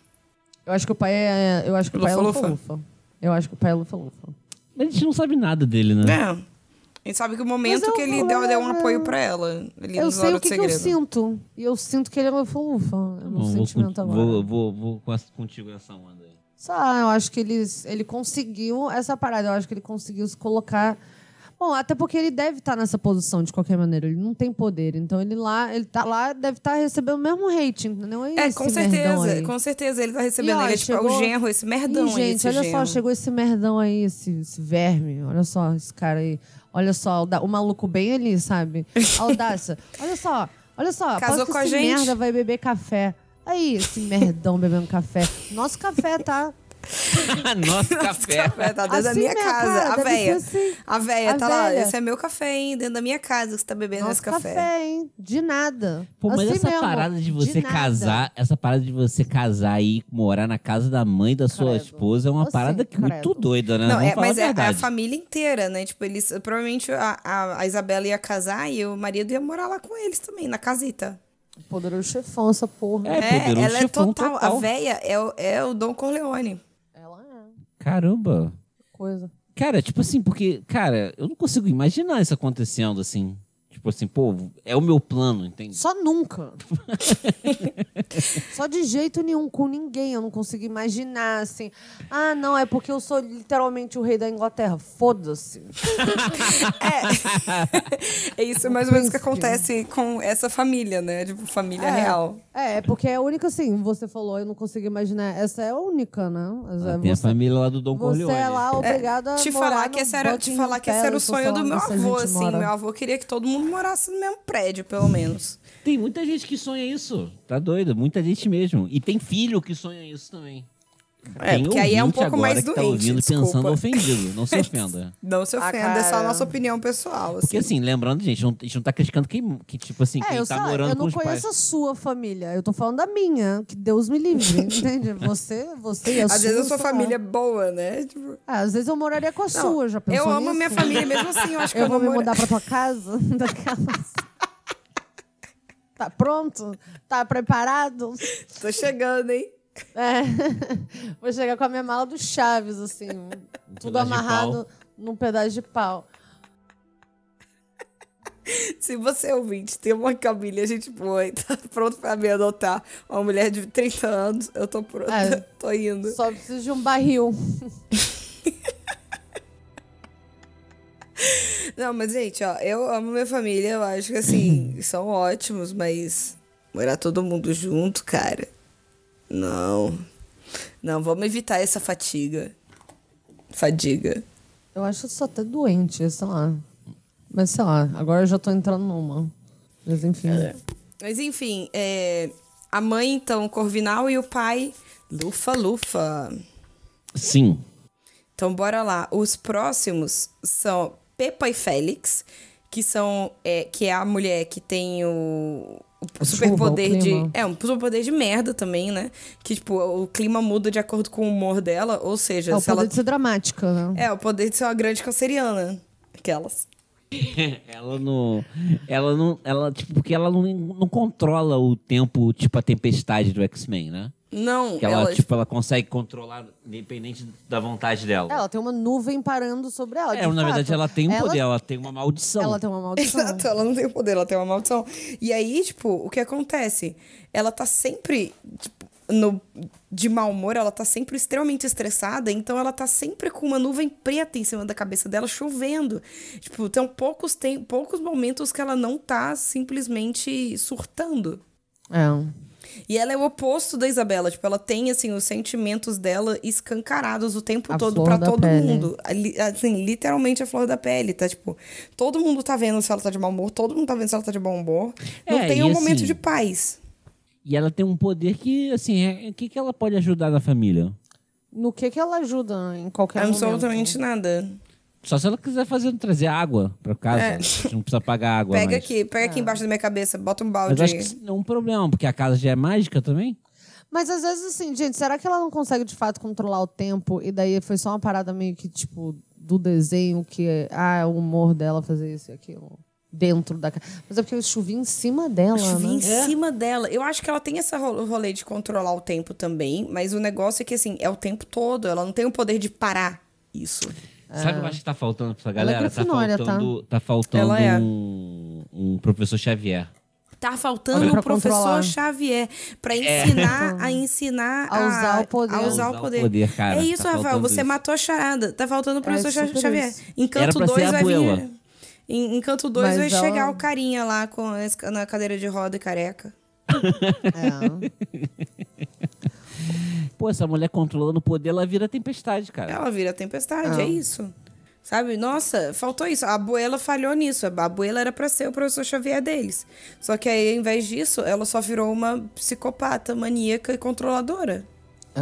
Speaker 1: Eu acho que o pai é. Eu acho que o pai é
Speaker 2: Lufa-lufa.
Speaker 1: Lufa Lufa. Eu acho que o pai é Lufa Lufa.
Speaker 3: Mas a gente não sabe nada dele, né?
Speaker 2: É. A gente sabe que o momento
Speaker 1: eu- é.
Speaker 2: que ele deu, deu um apoio pra ela. Ali
Speaker 1: Eu
Speaker 2: nos
Speaker 1: sei
Speaker 2: Horas
Speaker 1: o
Speaker 2: do
Speaker 1: que, que eu
Speaker 2: segredo.
Speaker 1: sinto. E eu sinto que ele é Lufa Lufa. É
Speaker 3: Bom,
Speaker 1: meu
Speaker 3: vou,
Speaker 1: sentimento
Speaker 3: con-
Speaker 1: agora.
Speaker 3: vou, vou, vou com essa- contigo nessa onda aí.
Speaker 1: Sei lá, eu acho que ele, ele conseguiu essa parada. Eu acho que ele conseguiu se colocar. Bom, até porque ele deve estar nessa posição de qualquer maneira. Ele não tem poder. Então ele lá, ele tá lá, deve estar recebendo o mesmo rating, entendeu?
Speaker 2: É, com certeza. Com certeza ele tá recebendo.
Speaker 1: E, ó,
Speaker 2: ele é tipo é o
Speaker 1: chegou-
Speaker 2: genro, esse merdão
Speaker 1: Ih,
Speaker 2: aí.
Speaker 1: gente,
Speaker 2: esse
Speaker 1: olha só,
Speaker 2: genro.
Speaker 1: chegou esse merdão aí, esse, esse verme. Olha só, esse cara aí. Olha só, o da- o maluco bem ali,
Speaker 2: (laughs)
Speaker 1: sabe? A Audácia. Olha só, olha só.
Speaker 2: Casou
Speaker 1: aposto que
Speaker 2: com a
Speaker 1: esse
Speaker 2: gente.
Speaker 1: merda vai beber café. Aí, esse merdão bebendo café. Nosso café, tá?
Speaker 3: Nosso café.
Speaker 2: É, (laughs) tá dentro da
Speaker 1: Assim
Speaker 2: minha
Speaker 1: mesmo,
Speaker 2: casa.
Speaker 1: cara,
Speaker 2: a
Speaker 1: deve
Speaker 2: véia.
Speaker 1: ser assim.
Speaker 2: A véia
Speaker 1: A
Speaker 2: tá lá.
Speaker 1: véia.
Speaker 2: Esse é meu café, hein? Dentro da minha casa que você tá bebebendo
Speaker 1: Nosso
Speaker 2: esse café.
Speaker 1: hein? De nada.
Speaker 3: Pô, mas
Speaker 1: Assim
Speaker 3: essa
Speaker 1: mesmo,
Speaker 3: parada de você
Speaker 1: nada.
Speaker 3: casar, essa parada de você casar e morar na casa da mãe da sua
Speaker 1: Credo.
Speaker 3: esposa é uma
Speaker 1: Assim,
Speaker 3: parada que muito
Speaker 1: credo.
Speaker 3: doida, né?
Speaker 2: Não,
Speaker 3: Vamos
Speaker 2: é,
Speaker 3: falar
Speaker 2: mas
Speaker 3: a
Speaker 2: é a
Speaker 3: verdade.
Speaker 2: família inteira, né? Tipo, eles. Provavelmente a, a, a Isabela ia casar e o marido ia morar lá com eles também, na casita.
Speaker 1: Poderoso chefão, essa porra.
Speaker 3: É, poderoso
Speaker 2: ela é
Speaker 3: chefão
Speaker 2: total. A
Speaker 3: total.
Speaker 2: véia é, o- é o Dom Corleone.
Speaker 1: Ela é
Speaker 3: Caramba.
Speaker 1: coisa.
Speaker 3: Cara, tipo assim, porque, cara, eu não consigo imaginar isso acontecendo assim. Tipo, Tipo assim, pô, é o meu plano, entende?
Speaker 1: Só
Speaker 3: (laughs)
Speaker 1: nunca. Só de jeito nenhum, com ninguém. Eu não consigo imaginar, assim. Ah, não, é porque eu sou literalmente o rei da Inglaterra. Foda-se.
Speaker 3: (laughs)
Speaker 2: É isso mais ou menos que acontece com essa família, né? Tipo, família real.
Speaker 1: É, é, porque é a única, assim, você falou, eu não consigo imaginar. Essa é a única, né? Essa é
Speaker 3: Tem a
Speaker 1: você.
Speaker 3: família lá do Dom
Speaker 1: Você
Speaker 3: Corleone.
Speaker 1: é lá obrigada a
Speaker 2: Te
Speaker 1: morar
Speaker 2: falar,
Speaker 1: no
Speaker 2: que esse era, te
Speaker 1: Buckingham
Speaker 2: falar que esse era o
Speaker 1: Palace, tô
Speaker 2: sonho do
Speaker 1: falando
Speaker 2: meu
Speaker 1: se a
Speaker 2: avô,
Speaker 1: gente
Speaker 2: assim.
Speaker 1: mora.
Speaker 2: Meu avô queria que todo mundo morasse no mesmo prédio,
Speaker 3: Hum.
Speaker 2: pelo menos.
Speaker 3: Tem muita gente que sonha isso. Tá doido? Muita gente mesmo. E tem filho que sonha isso também.
Speaker 2: É,
Speaker 3: tem
Speaker 2: porque aí é um
Speaker 3: ouvinte
Speaker 2: pouco
Speaker 3: agora
Speaker 2: mais
Speaker 3: que tá
Speaker 2: doente,
Speaker 3: ouvindo
Speaker 2: desculpa.
Speaker 3: pensando ofendido.
Speaker 2: (laughs)
Speaker 3: Não se ofenda.
Speaker 2: Não se
Speaker 1: Ah,
Speaker 2: ofenda, é só a
Speaker 1: cara.
Speaker 2: nossa opinião pessoal.
Speaker 3: Porque
Speaker 2: assim.
Speaker 3: assim, lembrando, gente, não- a gente não tá criticando quem, que, tipo assim,
Speaker 1: É,
Speaker 3: quem
Speaker 1: eu,
Speaker 3: tá
Speaker 1: sei lá,
Speaker 3: morando
Speaker 1: eu
Speaker 3: com
Speaker 1: não
Speaker 3: os
Speaker 1: conheço
Speaker 3: pais.
Speaker 1: a sua família. Eu tô falando da minha. Que Deus me
Speaker 3: (laughs)
Speaker 1: livre, entende? Você, você e a sua.
Speaker 2: Às vezes a sua
Speaker 1: sei lá.
Speaker 2: família é boa, né? Tipo,
Speaker 1: Ah, às vezes eu moraria com a
Speaker 2: não,
Speaker 1: sua, já pensou
Speaker 2: Eu amo a
Speaker 1: nisso?
Speaker 2: minha família, mesmo assim, eu acho que eu,
Speaker 1: Eu vou
Speaker 2: não
Speaker 1: me
Speaker 2: moro-
Speaker 1: mudar pra tua casa? (laughs) Daquelas. Tá pronto? Tá preparado?
Speaker 2: Tô chegando, hein?
Speaker 1: É. Vou chegar com a minha mala do Chaves, assim. tudo
Speaker 3: Um pedaço de
Speaker 1: amarrado num pedaço de pau.
Speaker 2: Se você é ouvinte tem uma família, gente boa e (laughs) tá pronto pra me adotar uma mulher de 30 anos, eu tô pronta,
Speaker 1: É.
Speaker 2: (laughs) tô indo.
Speaker 1: Só preciso de um barril.
Speaker 2: Não, mas gente, ó, eu amo minha família, eu acho que assim, são ótimos, mas morar todo mundo junto, cara. Não. Não, vamos evitar essa fatiga. Fadiga.
Speaker 1: Eu acho isso até doente, sei lá. Mas sei lá, agora eu já tô entrando numa. Mas enfim.
Speaker 2: Mas enfim, é, a mãe, então, Corvinal e o pai, Lufa Lufa.
Speaker 3: Sim.
Speaker 2: Então, bora lá. Os próximos são Peppa e Félix, que são é, que é a mulher que tem o, o superpoder
Speaker 1: chuva, o
Speaker 2: de
Speaker 1: clima.
Speaker 2: é um superpoder de merda também, né? Que tipo o clima muda de acordo com o humor dela, ou seja,
Speaker 1: É o
Speaker 2: se
Speaker 1: poder
Speaker 2: ela
Speaker 1: de ser dramática, né?
Speaker 2: é o poder de ser uma grande canceriana, aquelas.
Speaker 3: (laughs) Ela não. Ela não. Ela, tipo, porque ela não, não controla o tempo, tipo, a tempestade do X-Men, né?
Speaker 2: Não,
Speaker 3: Que ela,
Speaker 2: ela-
Speaker 3: tipo, ela consegue controlar independente da vontade dela.
Speaker 1: É, Ela tem uma nuvem parando sobre ela.
Speaker 3: é,
Speaker 1: de
Speaker 3: na
Speaker 1: fato.
Speaker 3: verdade, ela tem um poder, ela tem uma maldição.
Speaker 1: Ela tem uma maldição.
Speaker 2: Exato, (laughs) ela não tem o poder, ela tem uma maldição. E aí, tipo, o que acontece? Ela tá sempre, tipo, no, de mau humor, ela tá sempre extremamente estressada, então ela tá sempre com uma nuvem preta em cima da cabeça dela, chovendo. Tipo, tem poucos, tem, poucos momentos que ela não tá simplesmente surtando.
Speaker 1: É.
Speaker 2: E ela é o oposto da Isabela, tipo, ela tem, assim, os sentimentos dela escancarados o tempo
Speaker 1: A
Speaker 2: todo
Speaker 1: flor
Speaker 2: pra
Speaker 1: da
Speaker 2: todo
Speaker 1: pele.
Speaker 2: mundo. Ali- Assim, literalmente a flor da pele, tá? Tipo, todo mundo tá vendo se ela tá de mau humor, todo mundo tá vendo se ela tá de bom humor. Não
Speaker 3: É,
Speaker 2: tem
Speaker 3: e
Speaker 2: um momento
Speaker 3: assim-
Speaker 2: de paz.
Speaker 3: E ela tem um poder que, assim, é- o que, que ela pode ajudar na família?
Speaker 1: No que que ela ajuda né, em qualquer momento?
Speaker 2: Absolutamente nada.
Speaker 3: Só se ela quiser fazer trazer água pra casa.
Speaker 1: É.
Speaker 3: A gente não precisa pagar água.
Speaker 2: Pega
Speaker 3: mais.
Speaker 2: aqui, pega
Speaker 1: Ah.
Speaker 2: aqui embaixo da minha cabeça, bota um
Speaker 3: Mas
Speaker 2: balde.
Speaker 3: eu acho que
Speaker 1: tá
Speaker 3: isso não é um problema, porque a casa já é mágica também.
Speaker 1: Mas às vezes, assim, gente, será que ela não consegue de fato controlar o tempo? E daí foi só uma parada meio que, tipo, do desenho que é, ah, é o humor dela fazer isso e aquilo dentro da casa. Mas é porque eu chovi em cima dela,
Speaker 2: Vim em
Speaker 1: né?
Speaker 2: cima dela. Eu acho que ela tem esse rolê de controlar o tempo também, mas o negócio é que, assim, é o tempo todo. Ela não tem o poder de parar isso.
Speaker 3: Sabe o que eu acho que tá faltando pra essa
Speaker 1: Ela é
Speaker 3: galera? tá
Speaker 1: grifinória, tá?
Speaker 3: faltando, tá? faltando
Speaker 2: Ela é.
Speaker 3: um, um professor Xavier.
Speaker 2: Tá faltando
Speaker 1: Olha.
Speaker 2: o
Speaker 1: Pra
Speaker 2: professor
Speaker 1: controlar.
Speaker 2: Xavier pra
Speaker 1: (laughs)
Speaker 2: ensinar a ensinar
Speaker 1: A usar o poder.
Speaker 2: a usar
Speaker 3: A
Speaker 2: o
Speaker 3: É. usar o
Speaker 2: poder.
Speaker 3: poder, cara.
Speaker 2: É isso,
Speaker 3: Tá
Speaker 2: Rafael,
Speaker 3: faltando
Speaker 2: você
Speaker 3: isso.
Speaker 2: matou a charada. Tá faltando o professor Xa-
Speaker 1: É super
Speaker 2: Xavier.
Speaker 1: isso.
Speaker 3: Era
Speaker 2: Encanto
Speaker 3: pra ser
Speaker 2: 2
Speaker 3: a
Speaker 2: vai vir.
Speaker 3: Buela.
Speaker 2: Em- Encanto 2
Speaker 1: Mas
Speaker 2: vai
Speaker 1: ela-
Speaker 2: chegar o carinha lá com a esca- na cadeira de roda e careca.
Speaker 1: É.
Speaker 3: Pô, essa mulher controlando o poder, ela vira tempestade, cara.
Speaker 2: Ela vira tempestade,
Speaker 1: Ah.
Speaker 2: é isso. Sabe? Nossa, faltou isso. A Abuela falhou nisso. A Abuela era pra ser o professor Xavier deles. Só que aí, ao invés disso, ela só virou uma psicopata, maníaca e controladora.
Speaker 1: É.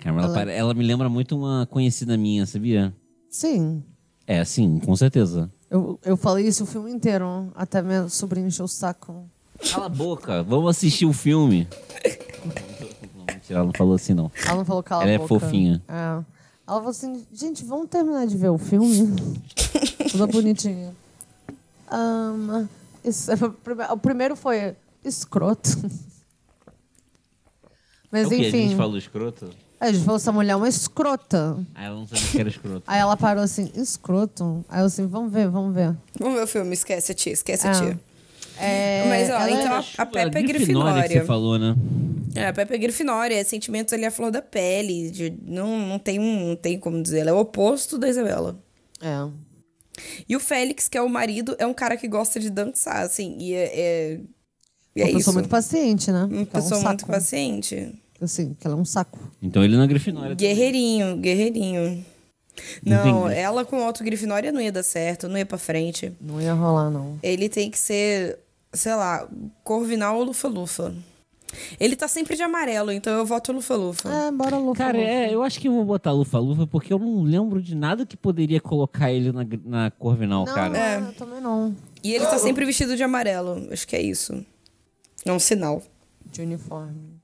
Speaker 3: Cara, ela, pare- ela me lembra muito uma conhecida minha, sabia?
Speaker 1: Sim.
Speaker 3: É, sim, com certeza.
Speaker 1: Eu, eu falei isso o filme inteiro, até minha sobrinha encheu o saco.
Speaker 3: Cala a boca, vamos assistir o filme. Não, mentira, ela não falou assim, não.
Speaker 1: Ela não falou cala
Speaker 3: Ela
Speaker 1: a
Speaker 3: é
Speaker 1: boca.
Speaker 3: fofinha.
Speaker 1: É. Ela falou assim, gente, vamos terminar de ver o
Speaker 2: (laughs)
Speaker 1: filme? Toda bonitinha. Ahn, isso- é o primeiro foi escroto. Mas
Speaker 3: é o que? A
Speaker 1: enfim.
Speaker 3: É gente falou escroto?
Speaker 1: Aí a gente falou, essa mulher é uma escrota.
Speaker 3: Aí ela não sabia que era escroto.
Speaker 1: Aí ela parou assim, escroto? Aí eu assim, vamos ver, vamos ver.
Speaker 2: Vamos ver o filme, esquece a tia, esquece
Speaker 1: Ah.
Speaker 2: a tia.
Speaker 1: É,
Speaker 2: Mas, ó,
Speaker 1: ela
Speaker 2: então
Speaker 1: é-
Speaker 2: a- a Peppa é
Speaker 3: Grifinória que você
Speaker 2: Grifinória.
Speaker 3: falou, né?
Speaker 2: É, a Pepe Grifinória, é sentimentos ali à flor da pele. de- não, não, tem um, não tem como dizer, ela é o oposto da Isabela.
Speaker 1: É.
Speaker 2: E o Félix, que é o marido, é um cara que gosta de dançar, assim, e é. é... E é
Speaker 1: uma
Speaker 2: isso.
Speaker 1: pessoa muito paciente, né?
Speaker 2: Uma
Speaker 1: Que ela é um
Speaker 2: pessoa muito
Speaker 1: saco.
Speaker 2: paciente.
Speaker 1: Assim, que ela é um saco.
Speaker 3: Então ele não é Grifinória.
Speaker 2: Guerreirinho, guerreirinho.
Speaker 3: Não
Speaker 2: Não,
Speaker 3: entendi.
Speaker 2: ela com o Otto Grifinória não ia dar certo, não ia pra frente.
Speaker 1: Não ia rolar, não.
Speaker 2: Ele tem que ser, sei lá, Corvinal ou Lufa-Lufa. Ele tá sempre de amarelo, então eu voto Lufa-Lufa.
Speaker 1: É, bora louco.
Speaker 3: Cara, é, eu acho que eu vou botar Lufa-Lufa porque eu não lembro de nada que poderia colocar ele na, gr- na Corvinal,
Speaker 1: Não,
Speaker 3: cara.
Speaker 1: não é, eu também não.
Speaker 2: E ele tá sempre vestido de amarelo. Acho que é isso. É um sinal.
Speaker 1: De uniforme.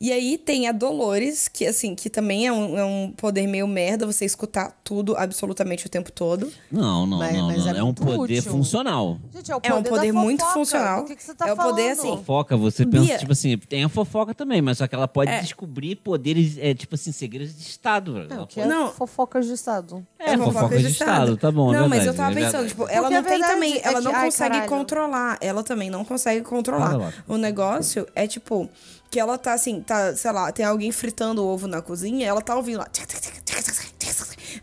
Speaker 2: E aí tem a Dolores, que assim, que também é um, é um poder meio merda, você escutar tudo absolutamente o tempo todo.
Speaker 3: Não, não,
Speaker 1: Mas-
Speaker 3: não.
Speaker 1: mas
Speaker 3: não.
Speaker 1: é
Speaker 3: É, um
Speaker 1: muito
Speaker 3: poder
Speaker 1: útil.
Speaker 3: funcional.
Speaker 1: Gente, é o
Speaker 2: É
Speaker 1: poder,
Speaker 2: um poder
Speaker 1: da
Speaker 2: muito
Speaker 1: fofoca.
Speaker 2: funcional.
Speaker 1: Do que, que você tá
Speaker 2: É o poder,
Speaker 1: falando?
Speaker 2: assim,
Speaker 3: Fofoca, você pensa,
Speaker 2: Bia-
Speaker 3: tipo assim, tem a fofoca também, mas só que ela pode
Speaker 2: É.
Speaker 3: descobrir poderes, é, tipo assim, segredos de Estado. velho. Ela
Speaker 1: É, o que
Speaker 3: pode-
Speaker 1: é
Speaker 2: Não.
Speaker 1: fofocas de Estado.
Speaker 3: É, fofoca de Estado, tá bom. é
Speaker 2: Não, mas
Speaker 3: verdade,
Speaker 2: eu tava
Speaker 3: é
Speaker 2: pensando,
Speaker 3: verdade.
Speaker 2: tipo,
Speaker 1: Porque a
Speaker 2: ela não tem
Speaker 1: verdade
Speaker 2: também,
Speaker 1: é
Speaker 2: ela
Speaker 1: que-
Speaker 2: não
Speaker 1: ai,
Speaker 2: consegue
Speaker 1: caralho.
Speaker 2: controlar. Ela também não consegue
Speaker 3: Fala
Speaker 2: controlar.
Speaker 3: lá.
Speaker 2: O negócio é tipo que ela tá assim, tá, sei lá, tem alguém fritando ovo na cozinha, ela tá ouvindo lá.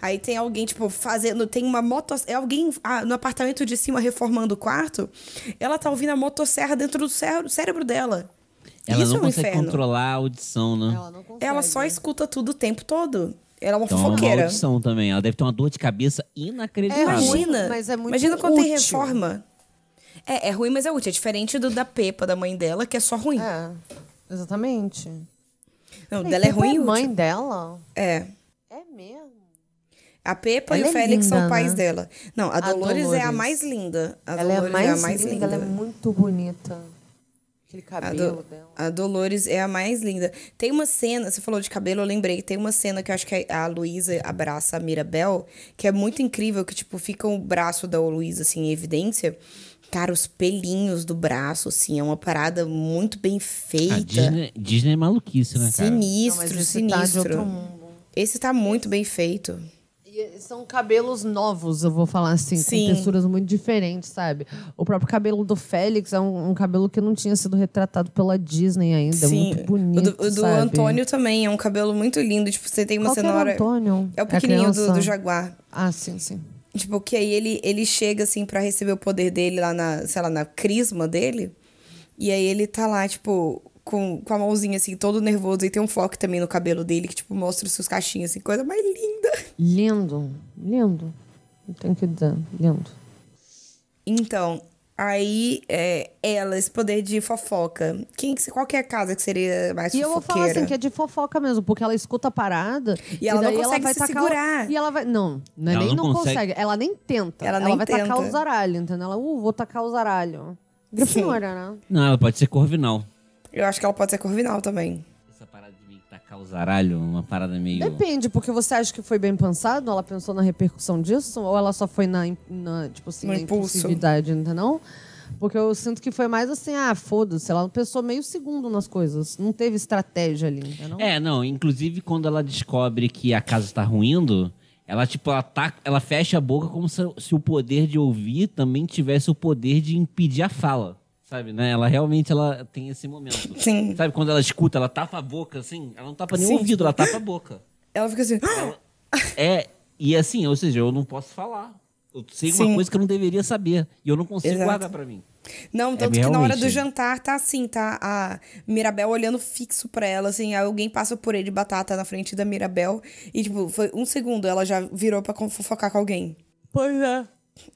Speaker 2: Aí tem alguém, tipo, fazendo. Tem uma moto. É alguém ah, no apartamento de cima reformando o quarto. Ela tá ouvindo a motosserra dentro do cére- cérebro dela.
Speaker 3: Ela
Speaker 2: Isso
Speaker 3: não
Speaker 2: é um
Speaker 3: consegue
Speaker 2: inferno.
Speaker 3: controlar a audição, né?
Speaker 1: Ela é não consegue.
Speaker 2: Ela É. só escuta tudo o tempo todo. Ela é uma
Speaker 3: Então é uma
Speaker 2: fofoqueira.
Speaker 3: audição também. Ela deve ter uma dor de cabeça inacreditável. Ah,
Speaker 1: É ruim,
Speaker 2: Imagina.
Speaker 1: mas é muito
Speaker 2: Imagina quando tem
Speaker 1: útil.
Speaker 2: reforma. É, é ruim, mas é útil. É diferente do da Pepa, da mãe dela, que é só ruim.
Speaker 1: É, exatamente.
Speaker 2: Não,
Speaker 1: Ei,
Speaker 2: dela é
Speaker 1: Pepa
Speaker 2: ruim e
Speaker 1: mãe
Speaker 2: útil.
Speaker 1: dela?
Speaker 2: É.
Speaker 1: É mesmo?
Speaker 2: A Pepa
Speaker 1: Ela
Speaker 2: e o
Speaker 1: é
Speaker 2: Félix são
Speaker 1: linda,
Speaker 2: pais
Speaker 1: né?
Speaker 2: dela. Não, a
Speaker 1: A
Speaker 2: Dolores, é a
Speaker 1: Dolores.
Speaker 2: mais linda. A
Speaker 1: ela é a
Speaker 2: Dolores
Speaker 1: mais, linda, ela é muito bonita. Aquele
Speaker 2: A,
Speaker 1: cabelo
Speaker 2: Do-
Speaker 1: dela.
Speaker 2: a Dolores é a mais linda. Tem uma cena, você falou de cabelo, eu lembrei. Tem uma cena que eu acho que a Luísa abraça a Mirabel, que é muito incrível, que, tipo, fica o braço da Luísa, assim, em evidência. Cara, os pelinhos do braço, assim, é uma parada muito bem
Speaker 3: A
Speaker 2: feita.
Speaker 3: Disney, Disney é maluquice, né, cara?
Speaker 1: Não, mas
Speaker 2: Sinistro,
Speaker 1: esse tá de
Speaker 2: sinistro.
Speaker 1: outro mundo.
Speaker 2: Esse tá muito bem feito.
Speaker 1: E são cabelos novos, eu vou falar assim,
Speaker 2: Sim.
Speaker 1: com texturas muito diferentes, sabe? O próprio cabelo do Félix é um, um cabelo que não tinha sido retratado pela Disney ainda, é
Speaker 2: Sim.
Speaker 1: muito bonito,
Speaker 2: o do, o do
Speaker 1: sabe?
Speaker 2: Antônio também é um cabelo muito lindo. Tipo, você tem uma
Speaker 1: Qual que era o
Speaker 2: cenoura.
Speaker 1: Antônio?
Speaker 2: É
Speaker 1: É
Speaker 2: o
Speaker 1: a
Speaker 2: pequenininho do,
Speaker 1: criança?
Speaker 2: do Jaguar.
Speaker 1: Ah, sim, sim.
Speaker 2: Tipo, que aí ele, ele chega, assim, pra receber o poder dele lá na, sei lá, na crisma dele. E aí ele tá lá, tipo, com, com a mãozinha, assim, todo nervoso. E tem um flock também no cabelo dele, que, tipo, mostra os seus cachinhos, assim, coisa mais linda.
Speaker 1: Lindo, lindo. Não tenho o que dizer, lindo.
Speaker 2: Então, aí, é, ela, esse poder de fofoca. Quem que, qual que é a casa que seria mais
Speaker 1: E eu vou falar assim,
Speaker 2: fofoqueira?
Speaker 1: que é de fofoca mesmo, porque ela escuta a parada.
Speaker 2: E ela não
Speaker 1: daí
Speaker 2: consegue
Speaker 1: vai
Speaker 2: se
Speaker 1: tacar-
Speaker 2: segurar.
Speaker 1: E ela vai. Não, não é
Speaker 3: Ela
Speaker 1: nem
Speaker 3: não
Speaker 1: não,
Speaker 3: consegue.
Speaker 1: consegue. Ela nem tenta.
Speaker 2: Ela
Speaker 1: Ela,
Speaker 2: nem
Speaker 1: vai tacar
Speaker 2: tenta.
Speaker 1: o zaralho, entendeu? Ela, uh, vou tacar o zaralho. Grifinória, né?
Speaker 3: Não, ela pode ser Corvinal.
Speaker 2: Eu acho que ela pode ser corvinal também.
Speaker 3: Essa parada de meio que tacar o zaralho, uma parada meio...
Speaker 1: Depende, porque você acha que foi bem pensado, ela pensou na repercussão disso, ou ela só foi na, im- na, tipo assim,
Speaker 2: No
Speaker 1: na
Speaker 2: impulso.
Speaker 1: impulsividade, entendeu? Porque eu sinto que foi mais assim, ah, foda-se, ela pensou meio segundo nas coisas. Não teve estratégia ali, entendeu?
Speaker 3: É, não, inclusive quando ela descobre que a casa tá ruindo, ela tipo, ela, taca- ela fecha a boca como se, se o poder de ouvir também tivesse o poder de impedir a fala. Sabe, né? Ela realmente ela tem
Speaker 2: (laughs)
Speaker 3: esse momento.
Speaker 2: Sim.
Speaker 3: Sabe, quando ela escuta, ela tapa a boca, assim, ela não tapa nem
Speaker 2: Sim.
Speaker 3: o ouvido, ela tapa a boca.
Speaker 2: Ela fica assim...
Speaker 3: É, e assim, ou seja, eu não posso falar. Eu sei
Speaker 2: Sim.
Speaker 3: uma coisa que eu não deveria saber. E eu não consigo
Speaker 2: Exato.
Speaker 3: guardar pra mim.
Speaker 2: Não, tanto que na
Speaker 3: realmente,
Speaker 2: hora do
Speaker 3: é.
Speaker 2: jantar tá assim, tá a Mirabel olhando fixo pra ela, assim, aí alguém passa por ele batata na frente da Mirabel e, tipo, foi um segundo, ela já virou pra con- fofocar com alguém.
Speaker 1: Pois é.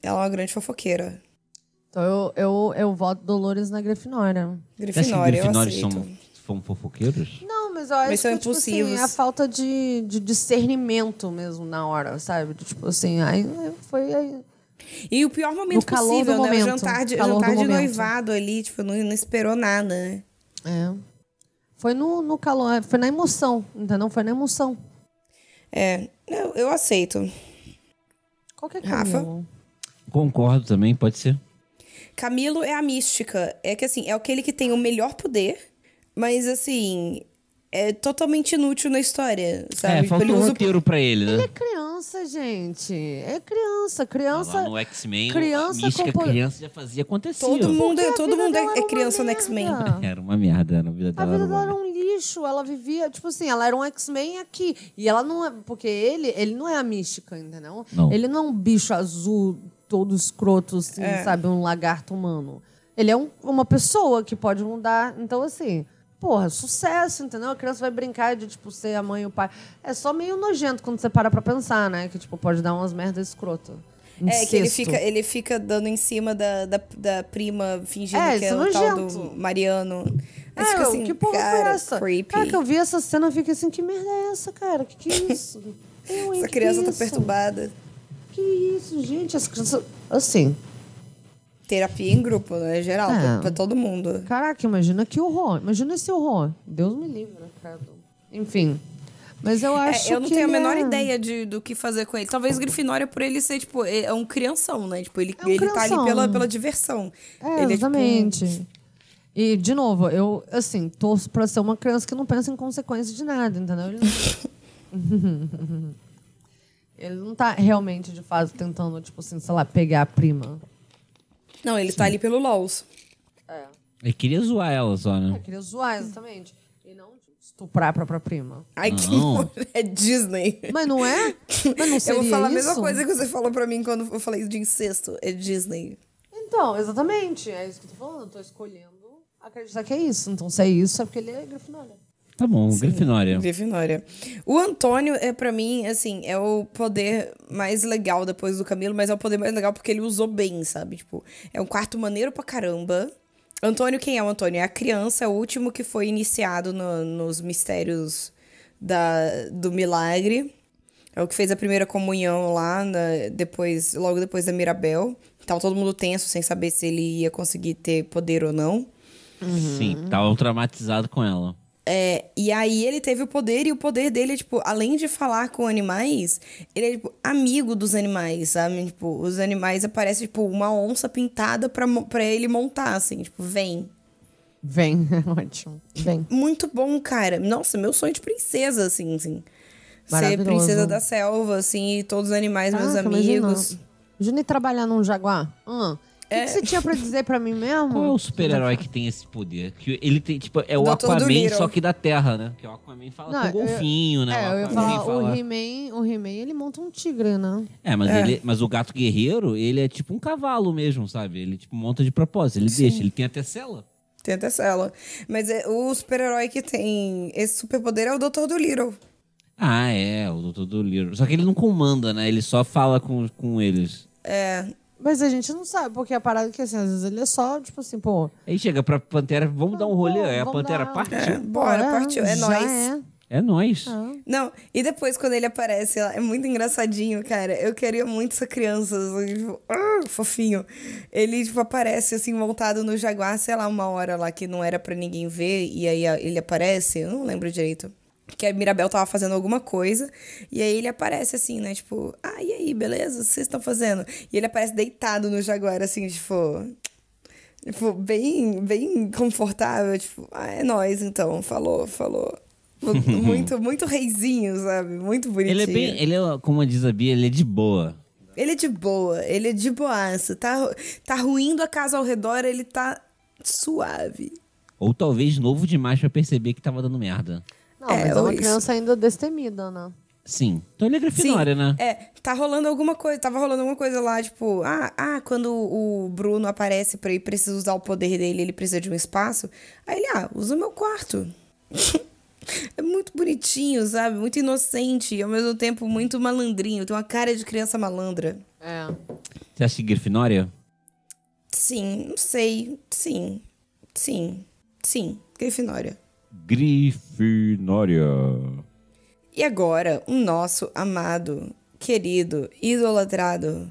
Speaker 2: Ela é uma grande fofoqueira.
Speaker 1: Então eu, eu, eu voto Dolores na Grifinória.
Speaker 3: Você acha que
Speaker 2: Grifinória, eu
Speaker 3: grifinórios
Speaker 2: aceito.
Speaker 3: são, são fofoqueiros?
Speaker 1: Não, mas eu acho
Speaker 2: são
Speaker 1: que tipo
Speaker 2: impulsivos.
Speaker 1: assim, é a falta de, de discernimento mesmo na hora, sabe? De, Tipo assim, aí foi. aí-
Speaker 2: E o pior momento
Speaker 1: No calor do
Speaker 2: possível, né?
Speaker 1: momento.
Speaker 2: O jantar de,
Speaker 1: Calor do
Speaker 2: jantar de
Speaker 1: momento.
Speaker 2: noivado ali, tipo, não, não esperou nada, né?
Speaker 1: é. Foi no, no calor, foi na emoção, entendeu? Foi na emoção.
Speaker 2: É, eu, eu aceito.
Speaker 1: Qual que é
Speaker 2: Rafa?
Speaker 1: Camilo?
Speaker 3: Concordo também, pode ser.
Speaker 2: Camilo é a mística. É que assim, é aquele que tem o melhor poder, mas assim, é totalmente inútil na história,
Speaker 1: Tá,
Speaker 2: sabe?
Speaker 3: É,
Speaker 2: Tipo,
Speaker 3: faltou
Speaker 2: ele
Speaker 3: um
Speaker 2: usa o-
Speaker 3: roteiro pra ele, né?
Speaker 1: É criança, gente. É criança. Criança.
Speaker 3: Lá no X-Men,
Speaker 1: criança
Speaker 3: a mística
Speaker 1: com po-
Speaker 3: criança já fazia acontecer.
Speaker 2: todo mundo,
Speaker 1: Porque a
Speaker 2: todo
Speaker 1: vida
Speaker 2: mundo
Speaker 1: dela
Speaker 2: é,
Speaker 1: era
Speaker 2: é
Speaker 1: uma
Speaker 2: criança no
Speaker 1: merda.
Speaker 2: X-Men.
Speaker 3: Era uma merda, era a vida
Speaker 1: A
Speaker 3: dela.
Speaker 1: vida
Speaker 3: era uma
Speaker 1: dela era
Speaker 3: merda.
Speaker 1: um lixo, ela vivia, tipo assim, ela era um X-Men aqui. E ela não é. Porque ele, ele não é a mística, entendeu?
Speaker 3: Não.
Speaker 1: Ele não é um bicho azul, todo escroto, assim,
Speaker 2: É.
Speaker 1: sabe? Um lagarto humano. Ele é um- uma pessoa que pode mudar. Então, assim, porra, sucesso, entendeu? A criança vai brincar de, tipo, ser a mãe e o pai. É só meio nojento quando você para pra pensar, né? Que, tipo, pode dar umas merdas escrotas.
Speaker 3: Um
Speaker 2: É, que ele
Speaker 1: Incesto.
Speaker 2: fica, ele fica dando em cima da, da, da prima, fingindo
Speaker 1: É, isso
Speaker 2: que é
Speaker 1: é
Speaker 2: o tal
Speaker 1: nojento.
Speaker 2: do Mariano. Aí
Speaker 1: É,
Speaker 2: fica assim,
Speaker 1: que porra
Speaker 2: cara,
Speaker 1: foi essa?
Speaker 2: Creepy.
Speaker 1: Cara, que eu vi essa cena, eu fiquei assim, que merda é essa, cara? Que que
Speaker 2: (laughs)
Speaker 1: é isso? Eu, hein,
Speaker 2: Essa
Speaker 1: que que
Speaker 2: criança
Speaker 1: é
Speaker 2: tá
Speaker 1: isso?
Speaker 2: perturbada.
Speaker 1: Que isso, gente? As crianças... Assim,
Speaker 2: Terapia em grupo, né? Geral, pra,
Speaker 1: Ah.
Speaker 2: pra todo mundo.
Speaker 1: caraca, imagina que horror. Imagina esse horror. Deus me livre, né, cara? Enfim. Mas eu
Speaker 2: É,
Speaker 1: acho que
Speaker 2: eu não tenho a
Speaker 1: ele
Speaker 2: menor
Speaker 1: é-
Speaker 2: ideia de, do que fazer com ele. Talvez Grifinória, por ele ser, tipo, é é um crianção, né? Tipo, ele,
Speaker 1: É um
Speaker 2: ele tá ali
Speaker 1: crianção.
Speaker 2: pela, pela diversão.
Speaker 1: É,
Speaker 2: ele tipo,
Speaker 1: exatamente. E, de novo, eu, assim, torço pra ser uma criança que não pensa em consequência de nada, entendeu? Ele não, (laughs) ele não tá realmente, de fato, tentando, tipo assim, sei lá, pegar a prima.
Speaker 2: É, tipo, não, ele tá ali pelo LOLs.
Speaker 3: Ele queria zoar ela só,
Speaker 1: É. Eu
Speaker 3: né?
Speaker 1: queria zoar, exatamente. E não estuprar a própria prima.
Speaker 2: Ai, que
Speaker 3: Não.
Speaker 2: nojo. (laughs) é Disney.
Speaker 1: Mas não é? (laughs) Mas não seria
Speaker 2: (laughs) eu vou falar a mesma
Speaker 1: isso?
Speaker 2: coisa que você falou pra mim quando eu falei de incesto. É Disney.
Speaker 1: Então, exatamente. É isso que eu tô falando. Eu tô escolhendo acreditar que é isso. Então, se é isso, é porque ele é grifinória.
Speaker 3: Tá bom, Grifinória.
Speaker 2: Grifinória. O Antônio é pra mim, assim, é o poder mais legal depois do Camilo, mas é o poder mais legal porque ele usou bem, sabe? Tipo, é um quarto maneiro pra caramba. Antônio, quem é o Antônio? É a criança, é o último que foi iniciado no- nos mistérios da, do milagre. É o que fez a primeira comunhão lá, na- depois, logo depois da Mirabel. Tava todo mundo tenso, sem saber se ele ia conseguir ter poder ou não.
Speaker 1: Uhum.
Speaker 3: Sim, tava traumatizado com ela.
Speaker 2: É, e aí ele teve o poder, e o poder dele é, tipo, além de falar com animais, ele é, tipo, amigo dos animais, sabe? Tipo, os animais aparecem, tipo, uma onça pintada pra, mo- pra ele montar, assim, tipo, vem.
Speaker 1: Vem, (laughs) ótimo. Vem.
Speaker 2: Muito bom, cara. Nossa, meu sonho de princesa, assim, assim. Ser
Speaker 1: Maravilhoso. Ah,
Speaker 2: princesa da selva, assim, e todos os animais, meus
Speaker 1: Caraca,
Speaker 2: amigos.
Speaker 1: Imagina, imagina ir trabalhar num jaguar. Hum. O que, que você tinha pra dizer pra mim
Speaker 3: Qual é o
Speaker 1: mesmo?
Speaker 3: super-herói que tem esse poder? Que ele tem, tipo, é o
Speaker 2: Doutor
Speaker 3: Aquaman,
Speaker 2: Dolittle.
Speaker 3: só que da Terra, né? Que o Aquaman fala
Speaker 1: Não,
Speaker 3: com o
Speaker 1: eu-
Speaker 3: golfinho, né?
Speaker 1: É, eu ia
Speaker 3: Aquaman
Speaker 1: falar, o He-Man, o He-Man, ele monta um tigre, né?
Speaker 3: É, mas, Ele, mas o gato guerreiro, ele é tipo um cavalo mesmo, sabe? Ele tipo monta de propósito, ele deixa, ele tem até cela.
Speaker 2: Tem até cela. Mas é, o super-herói que tem esse superpoder é o Dr. do Little.
Speaker 3: Ah, é, o doutor do livro. Só que ele não comanda, né? Ele só fala com, com eles.
Speaker 2: É,
Speaker 1: Mas a gente não sabe, porque a parada é que, assim, às vezes ele é só, tipo assim, pô...
Speaker 3: Aí chega pra Pantera, vamos dar um rolê.
Speaker 1: pô,
Speaker 3: Aí a
Speaker 1: vamos
Speaker 3: Pantera
Speaker 1: dar-
Speaker 3: partiu.
Speaker 2: Bora, partiu. É
Speaker 1: já
Speaker 2: nóis.
Speaker 1: é.
Speaker 3: É nóis.
Speaker 2: Não, e depois quando ele aparece lá, é muito engraçadinho, cara. Eu queria muito essa criança, assim, tipo, ah, fofinho. Ele, tipo, aparece assim, montado no jaguar, sei lá, uma hora lá que não era pra ninguém ver, e aí a- ele aparece, eu não lembro direito. Que a Mirabel tava fazendo alguma coisa, e aí ele aparece assim, né? Tipo, ah, e aí, beleza? O que vocês estão fazendo? E ele aparece deitado no jaguar, assim, tipo. Tipo, bem, bem confortável, tipo, ah, é nóis então, falou, falou.
Speaker 3: (laughs)
Speaker 2: Muito, muito reizinho, sabe? Muito bonitinho.
Speaker 3: Ele é bem. Ele é, como diz a Bia, ele é de boa.
Speaker 2: Ele é de boa, ele é de boaça. Tá, tá ruindo a casa ao redor, ele tá suave.
Speaker 3: Ou talvez novo demais pra perceber que tava dando merda.
Speaker 1: Não,
Speaker 2: É,
Speaker 1: mas é
Speaker 2: ou
Speaker 1: uma
Speaker 2: isso.
Speaker 1: criança ainda destemida, né?
Speaker 3: Sim. Então ele é Grifinória, né?
Speaker 2: É, tá rolando alguma coisa, tava rolando alguma coisa lá, tipo, ah, ah, quando o Bruno aparece pra ele, precisa usar o poder dele, ele precisa de um espaço. Aí ele, ah, usa o meu quarto. (laughs) é muito bonitinho, sabe? Muito inocente e ao mesmo tempo muito malandrinho. Tem uma cara de criança malandra.
Speaker 1: É.
Speaker 3: Você acha que Grifinória?
Speaker 2: Sim, não sei. Sim. Sim. Sim. Grifinória.
Speaker 3: Grifinória.
Speaker 2: E agora, o nosso amado, querido, idolatrado.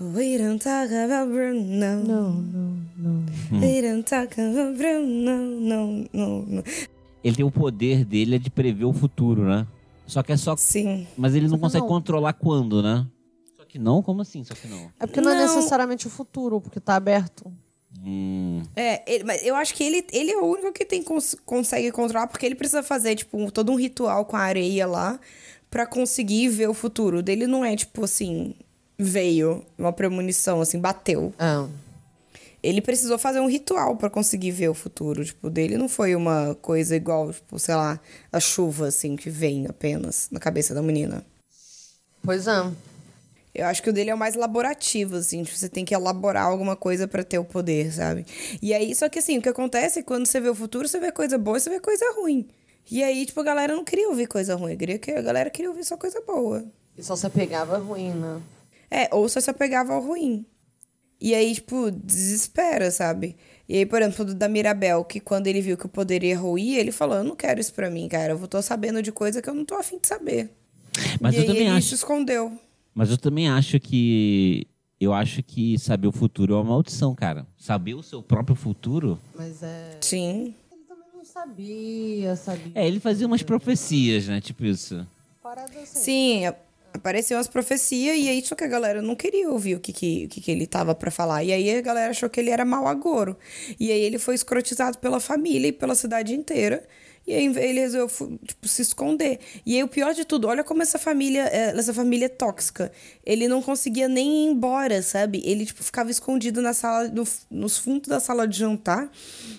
Speaker 2: We don't talk about Bruno. No, no, no. We don't talk about Bruno. No, no, no.
Speaker 3: Ele tem o poder dele é de prever o futuro, né? Só que é só.
Speaker 2: Sim.
Speaker 3: Mas ele não consegue
Speaker 1: não.
Speaker 3: controlar quando, né? Só que não? Como assim? Só que não.
Speaker 1: É porque não, é
Speaker 2: Não.
Speaker 1: necessariamente o futuro, porque tá aberto.
Speaker 2: É, ele- mas eu acho que ele, ele é o único que tem cons- consegue controlar, porque ele precisa fazer, tipo, um- todo um ritual com a areia lá pra conseguir ver o futuro. O dele não é, tipo, assim, veio, uma premonição, assim, bateu.
Speaker 1: Ah,
Speaker 2: Ele precisou fazer um ritual pra conseguir ver o futuro. Tipo, o dele não foi uma coisa igual, tipo, sei lá, a chuva, assim, que vem apenas na cabeça da menina.
Speaker 1: pois é.
Speaker 2: Eu acho que o dele é o mais laborativo, assim, tipo, você tem que elaborar alguma coisa pra ter o poder, sabe? E aí, só que assim, o que acontece é que quando você vê o futuro, você vê coisa boa e você vê coisa ruim. E aí, tipo, a galera não queria ouvir coisa ruim, queria que a galera queria ouvir só coisa boa.
Speaker 1: E só se apegava ruim, né?
Speaker 2: É, ou só se apegava ao ruim. E aí, tipo, desespera, sabe? E aí, por exemplo, do da Mirabel, que quando ele viu que o poder ia ruir, ele falou: Eu não quero isso pra mim, cara. Eu vou- tô sabendo de coisa que eu não tô afim de saber.
Speaker 3: Mas
Speaker 2: e
Speaker 3: eu
Speaker 2: aí
Speaker 3: também
Speaker 2: ele
Speaker 3: acho.
Speaker 2: se escondeu.
Speaker 3: Mas eu também acho que. Eu acho que saber o futuro é uma maldição, cara. Saber o seu próprio futuro.
Speaker 1: Mas é.
Speaker 2: Sim.
Speaker 1: Ele também não sabia, sabia.
Speaker 3: É, ele fazia umas profecias, né? Tipo isso. (laughs)
Speaker 1: Parada assim.
Speaker 2: Sim, a- apareciam as profecias e aí só que a galera não queria ouvir o que que, o que, que ele tava pra falar. E aí a galera achou que ele era mau agouro. E aí ele foi escrotizado pela família e pela cidade inteira. E aí ele resolveu, fu- tipo, se esconder. E aí o pior de tudo, olha como essa família, é, essa família é tóxica. Ele não conseguia nem ir embora, sabe? Ele, tipo, ficava escondido na sala, no, nos fundos da sala de jantar,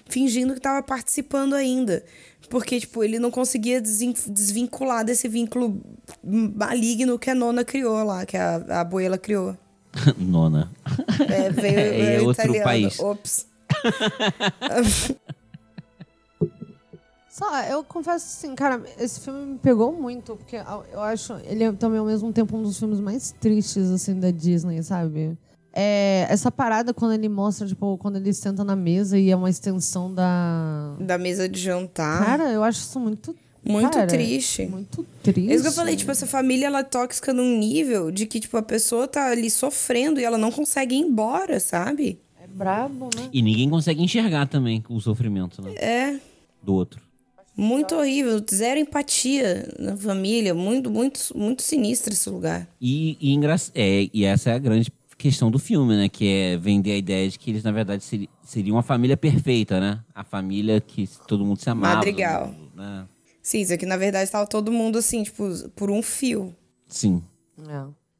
Speaker 2: fingindo que tava participando ainda. Porque, tipo, ele não conseguia desin- desvincular desse vínculo maligno que a nona criou lá, que a, a abuela
Speaker 3: (laughs)
Speaker 2: criou.
Speaker 3: Nona.
Speaker 2: É, veio,
Speaker 3: É,
Speaker 2: veio
Speaker 3: outro
Speaker 2: italiano.
Speaker 3: país.
Speaker 2: Ops.
Speaker 1: Só, eu confesso assim, cara, esse filme me pegou muito, porque a- eu acho ele é também ao mesmo tempo um dos filmes mais tristes, assim, da Disney, sabe? É, essa parada quando ele mostra, tipo, quando ele senta na mesa e é uma extensão da.
Speaker 2: Da mesa de jantar.
Speaker 1: Cara, eu acho isso muito.
Speaker 2: Muito
Speaker 1: cara,
Speaker 2: triste.
Speaker 1: Muito triste.
Speaker 2: É isso que eu falei, tipo, essa família ela é tóxica num nível de que, tipo, a pessoa tá ali sofrendo e ela não consegue ir embora, sabe?
Speaker 1: É brabo, né?
Speaker 3: E ninguém consegue enxergar também o sofrimento, né?
Speaker 2: É.
Speaker 3: Do outro.
Speaker 2: Muito horrível, zero empatia na família, muito, muito, muito sinistro esse lugar.
Speaker 3: E, e, engra- é, e essa é a grande questão do filme, né? Que é vender a ideia de que eles, na verdade, seri- seriam a família perfeita, né? A família que todo mundo se amava.
Speaker 2: Madrigal.
Speaker 3: né?
Speaker 2: Sim, isso aqui na verdade tava todo mundo assim, tipo, por um fio.
Speaker 3: Sim.
Speaker 1: É.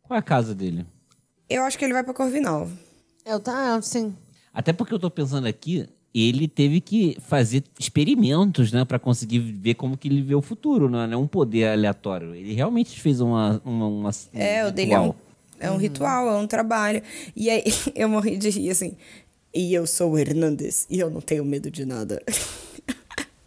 Speaker 3: Qual é a casa dele?
Speaker 2: Eu acho que ele vai pra Corvinal.
Speaker 1: Eu tá, assim.
Speaker 3: Até porque eu tô pensando aqui, ele teve que fazer experimentos, né? Pra conseguir ver como que ele vê o futuro, né? Não é um poder aleatório. Ele realmente fez uma... uma, uma
Speaker 2: É, o dele é um, é um ritual, é um trabalho. E aí (laughs) eu morri de rir assim. E eu sou o Hernandes e eu não tenho medo de nada. (laughs)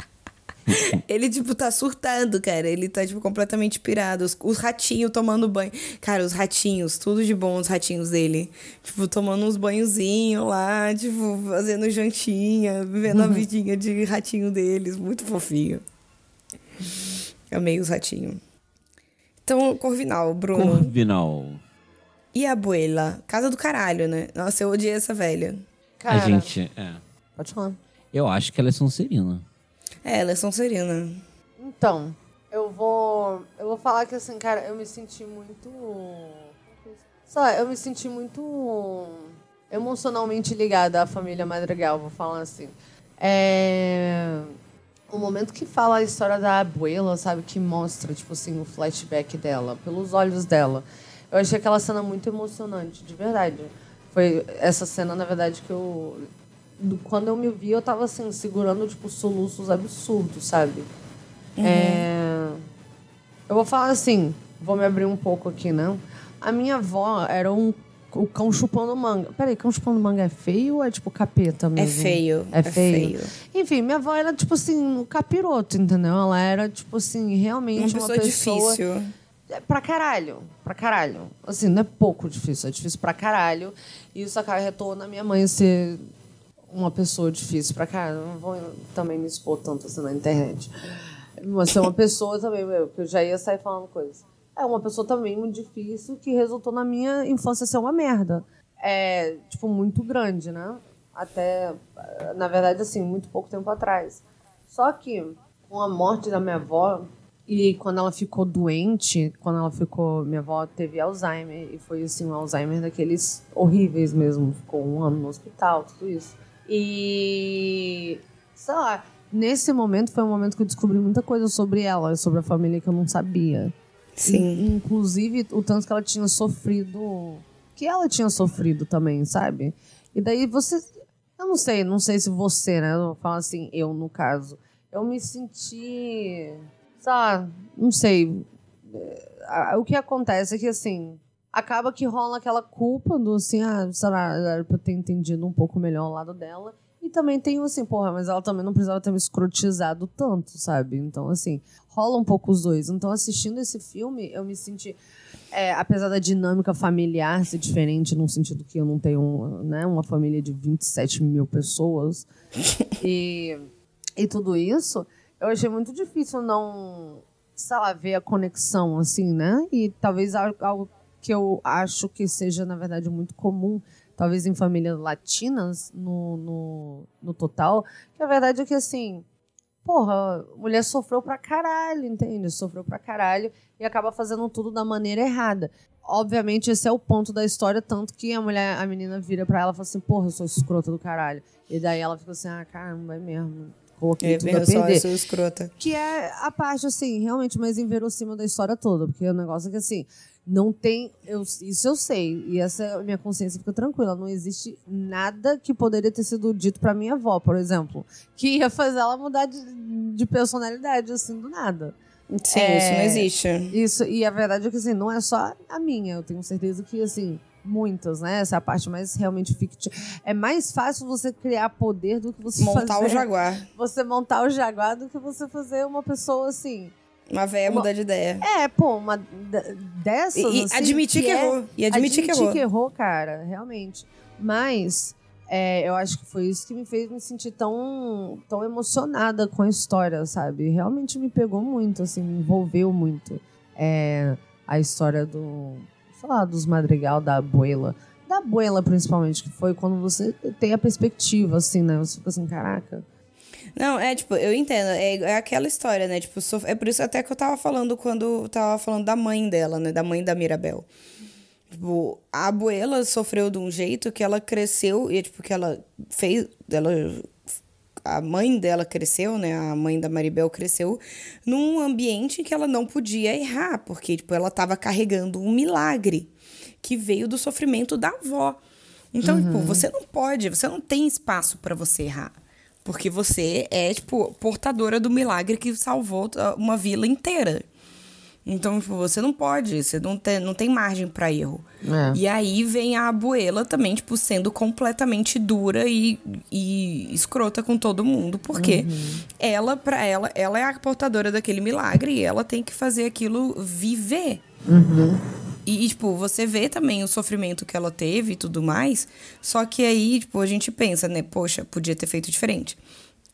Speaker 2: Ele, tipo, tá surtando, cara. Ele tá, tipo, completamente pirado. Os, os ratinhos tomando banho. Cara, os ratinhos, tudo de bom, os ratinhos dele. Tipo, tomando uns banhozinhos lá, tipo, fazendo jantinha, vivendo a vidinha de ratinho deles. Muito fofinho. Amei os ratinhos. Então, Corvinal, Bruno.
Speaker 3: Corvinal.
Speaker 2: E a abuela? Casa do caralho, né? Nossa, eu odiei essa velha.
Speaker 1: Cara,
Speaker 3: A gente... é.
Speaker 1: pode falar.
Speaker 3: Eu acho que ela é Sonserina.
Speaker 2: É, ela é Sonserina.
Speaker 1: Então, eu vou. Eu vou falar que assim, cara, eu me senti muito. Só, eu me senti muito emocionalmente ligada à família Madrigal, vou falar assim. É. O momento que fala a história da abuela, sabe, que mostra, tipo assim, o flashback dela, pelos olhos dela. Eu achei aquela cena muito emocionante, de verdade. Foi essa cena, na verdade, que eu. do- Quando eu me vi, eu tava assim, segurando, tipo, soluços absurdos, sabe?
Speaker 2: Uhum.
Speaker 1: É, Eu vou falar assim, vou me abrir um pouco aqui, não. A minha avó era um o cão chupando manga. Peraí, cão chupando manga é feio ou é tipo capeta mesmo?
Speaker 2: feio,
Speaker 1: É
Speaker 2: é
Speaker 1: feio.
Speaker 2: feio.
Speaker 1: Enfim, minha avó era tipo assim, um capiroto, entendeu? Ela era tipo assim, realmente
Speaker 2: Uma
Speaker 1: uma
Speaker 2: pessoa, difícil.
Speaker 1: é pra caralho, pra caralho. Assim, não é pouco difícil, é difícil pra caralho. E isso acarretou na minha mãe ser uma pessoa difícil pra caralho. Não vou também me expor tanto assim na internet. Mas ser uma pessoa também, meu, que eu já ia sair falando coisas. É uma pessoa também muito difícil que resultou na minha infância ser uma merda. É, tipo, muito grande, né? Até, na verdade, assim, muito pouco tempo atrás. Só que com a morte da minha avó e quando ela ficou doente, quando ela ficou, minha avó teve Alzheimer e foi assim um Alzheimer daqueles horríveis mesmo, ficou um ano no hospital, tudo isso. E. Sei lá. Nesse momento foi um momento que eu descobri muita coisa sobre ela, sobre a família que eu não sabia.
Speaker 2: Sim.
Speaker 1: In- Inclusive o tanto que ela tinha sofrido. Que ela tinha sofrido também, sabe? E daí você. Eu não sei, não sei se você, né? Eu vou falar assim, eu no caso. Eu me senti. Sei lá, não sei. Eh, a- O que acontece é que assim. Acaba que rola aquela culpa do assim, ah, será era pra eu ter entendido um pouco melhor o lado dela. E também tem o assim, porra, mas ela também não precisava ter me escrotizado tanto, sabe? Então, assim, rola um pouco os dois. Então, assistindo esse filme, eu me senti. é, apesar da dinâmica familiar ser diferente, num sentido que eu não tenho né, uma família de 27 mil pessoas e, e tudo isso, eu achei muito difícil não, sei lá, ver a conexão, assim, né? E talvez al- algo que eu acho que seja, na verdade, muito comum, talvez em famílias latinas, no, no, no total, que a verdade é que, assim, porra, mulher sofreu pra caralho, entende? Sofreu pra caralho e acaba fazendo tudo da maneira errada. Obviamente, esse é o ponto da história, tanto que a mulher, a menina vira pra ela e fala assim, porra, eu sou escrota do caralho. E daí ela fica assim, ah, caramba, é mesmo. Coloquei
Speaker 2: É,
Speaker 1: tudo
Speaker 2: eu
Speaker 1: a
Speaker 2: sou, eu
Speaker 1: perder.
Speaker 2: sou escrota.
Speaker 1: Que é a parte, assim, realmente mais inverossímil da história toda. Porque o negócio é que, assim, não tem... Eu, isso eu sei. E essa é a minha consciência fica tranquila. Não existe nada que poderia ter sido dito pra minha avó, por exemplo. Que ia fazer ela mudar de, de personalidade, assim, do nada.
Speaker 2: Sim,
Speaker 1: É.
Speaker 2: isso não existe.
Speaker 1: Isso, e a verdade é que, assim, não é só a minha. Eu tenho certeza que, assim, muitas, né? Essa é a parte mais realmente fictícia. É mais fácil você criar poder do que você
Speaker 2: Montar o
Speaker 1: fazer-
Speaker 2: jaguar.
Speaker 1: Você montar o jaguar do que você fazer uma pessoa, assim...
Speaker 2: Uma véia
Speaker 1: Uma-
Speaker 2: mudar de ideia.
Speaker 1: É, pô, uma d- dessas.
Speaker 2: E, e
Speaker 1: assim,
Speaker 2: admitir que,
Speaker 1: é-
Speaker 2: errou. E admitir, que errou.
Speaker 1: cara, realmente. Mas é, eu acho que foi isso que me fez me sentir tão, tão emocionada com a história, sabe? Realmente me pegou muito, assim, me envolveu muito. É, a história do. Sei lá, dos Madrigal, da Abuela. Da Abuela, principalmente, que foi quando você tem a perspectiva, assim, né? Você fica assim, caraca.
Speaker 2: Não, é tipo, eu entendo. É, é aquela história, né? Tipo, sof- é por isso até que eu tava falando quando eu tava falando da mãe dela, né? Da mãe da Mirabel. Tipo, a abuela sofreu de um jeito que ela cresceu e, tipo, que ela fez. Ela, a mãe dela cresceu, né? A mãe da Maribel cresceu num ambiente que ela não podia errar, porque, tipo, ela tava carregando um milagre que veio do sofrimento da avó. Então, tipo, você não pode, você não tem espaço pra você errar. Porque você é, tipo, portadora do milagre que salvou ah, uma vila inteira. Então, tipo, você não pode, você não tem, não tem margem pra erro.
Speaker 1: É.
Speaker 2: E aí vem a abuela também, tipo, sendo completamente dura e, e escrota com todo mundo. Porque ela, pra ela, ela é a portadora daquele milagre e ela tem que fazer aquilo viver. E, e, tipo, você vê também o sofrimento que ela teve e tudo mais. Só que aí, tipo, a gente pensa, né? Poxa, podia ter feito diferente.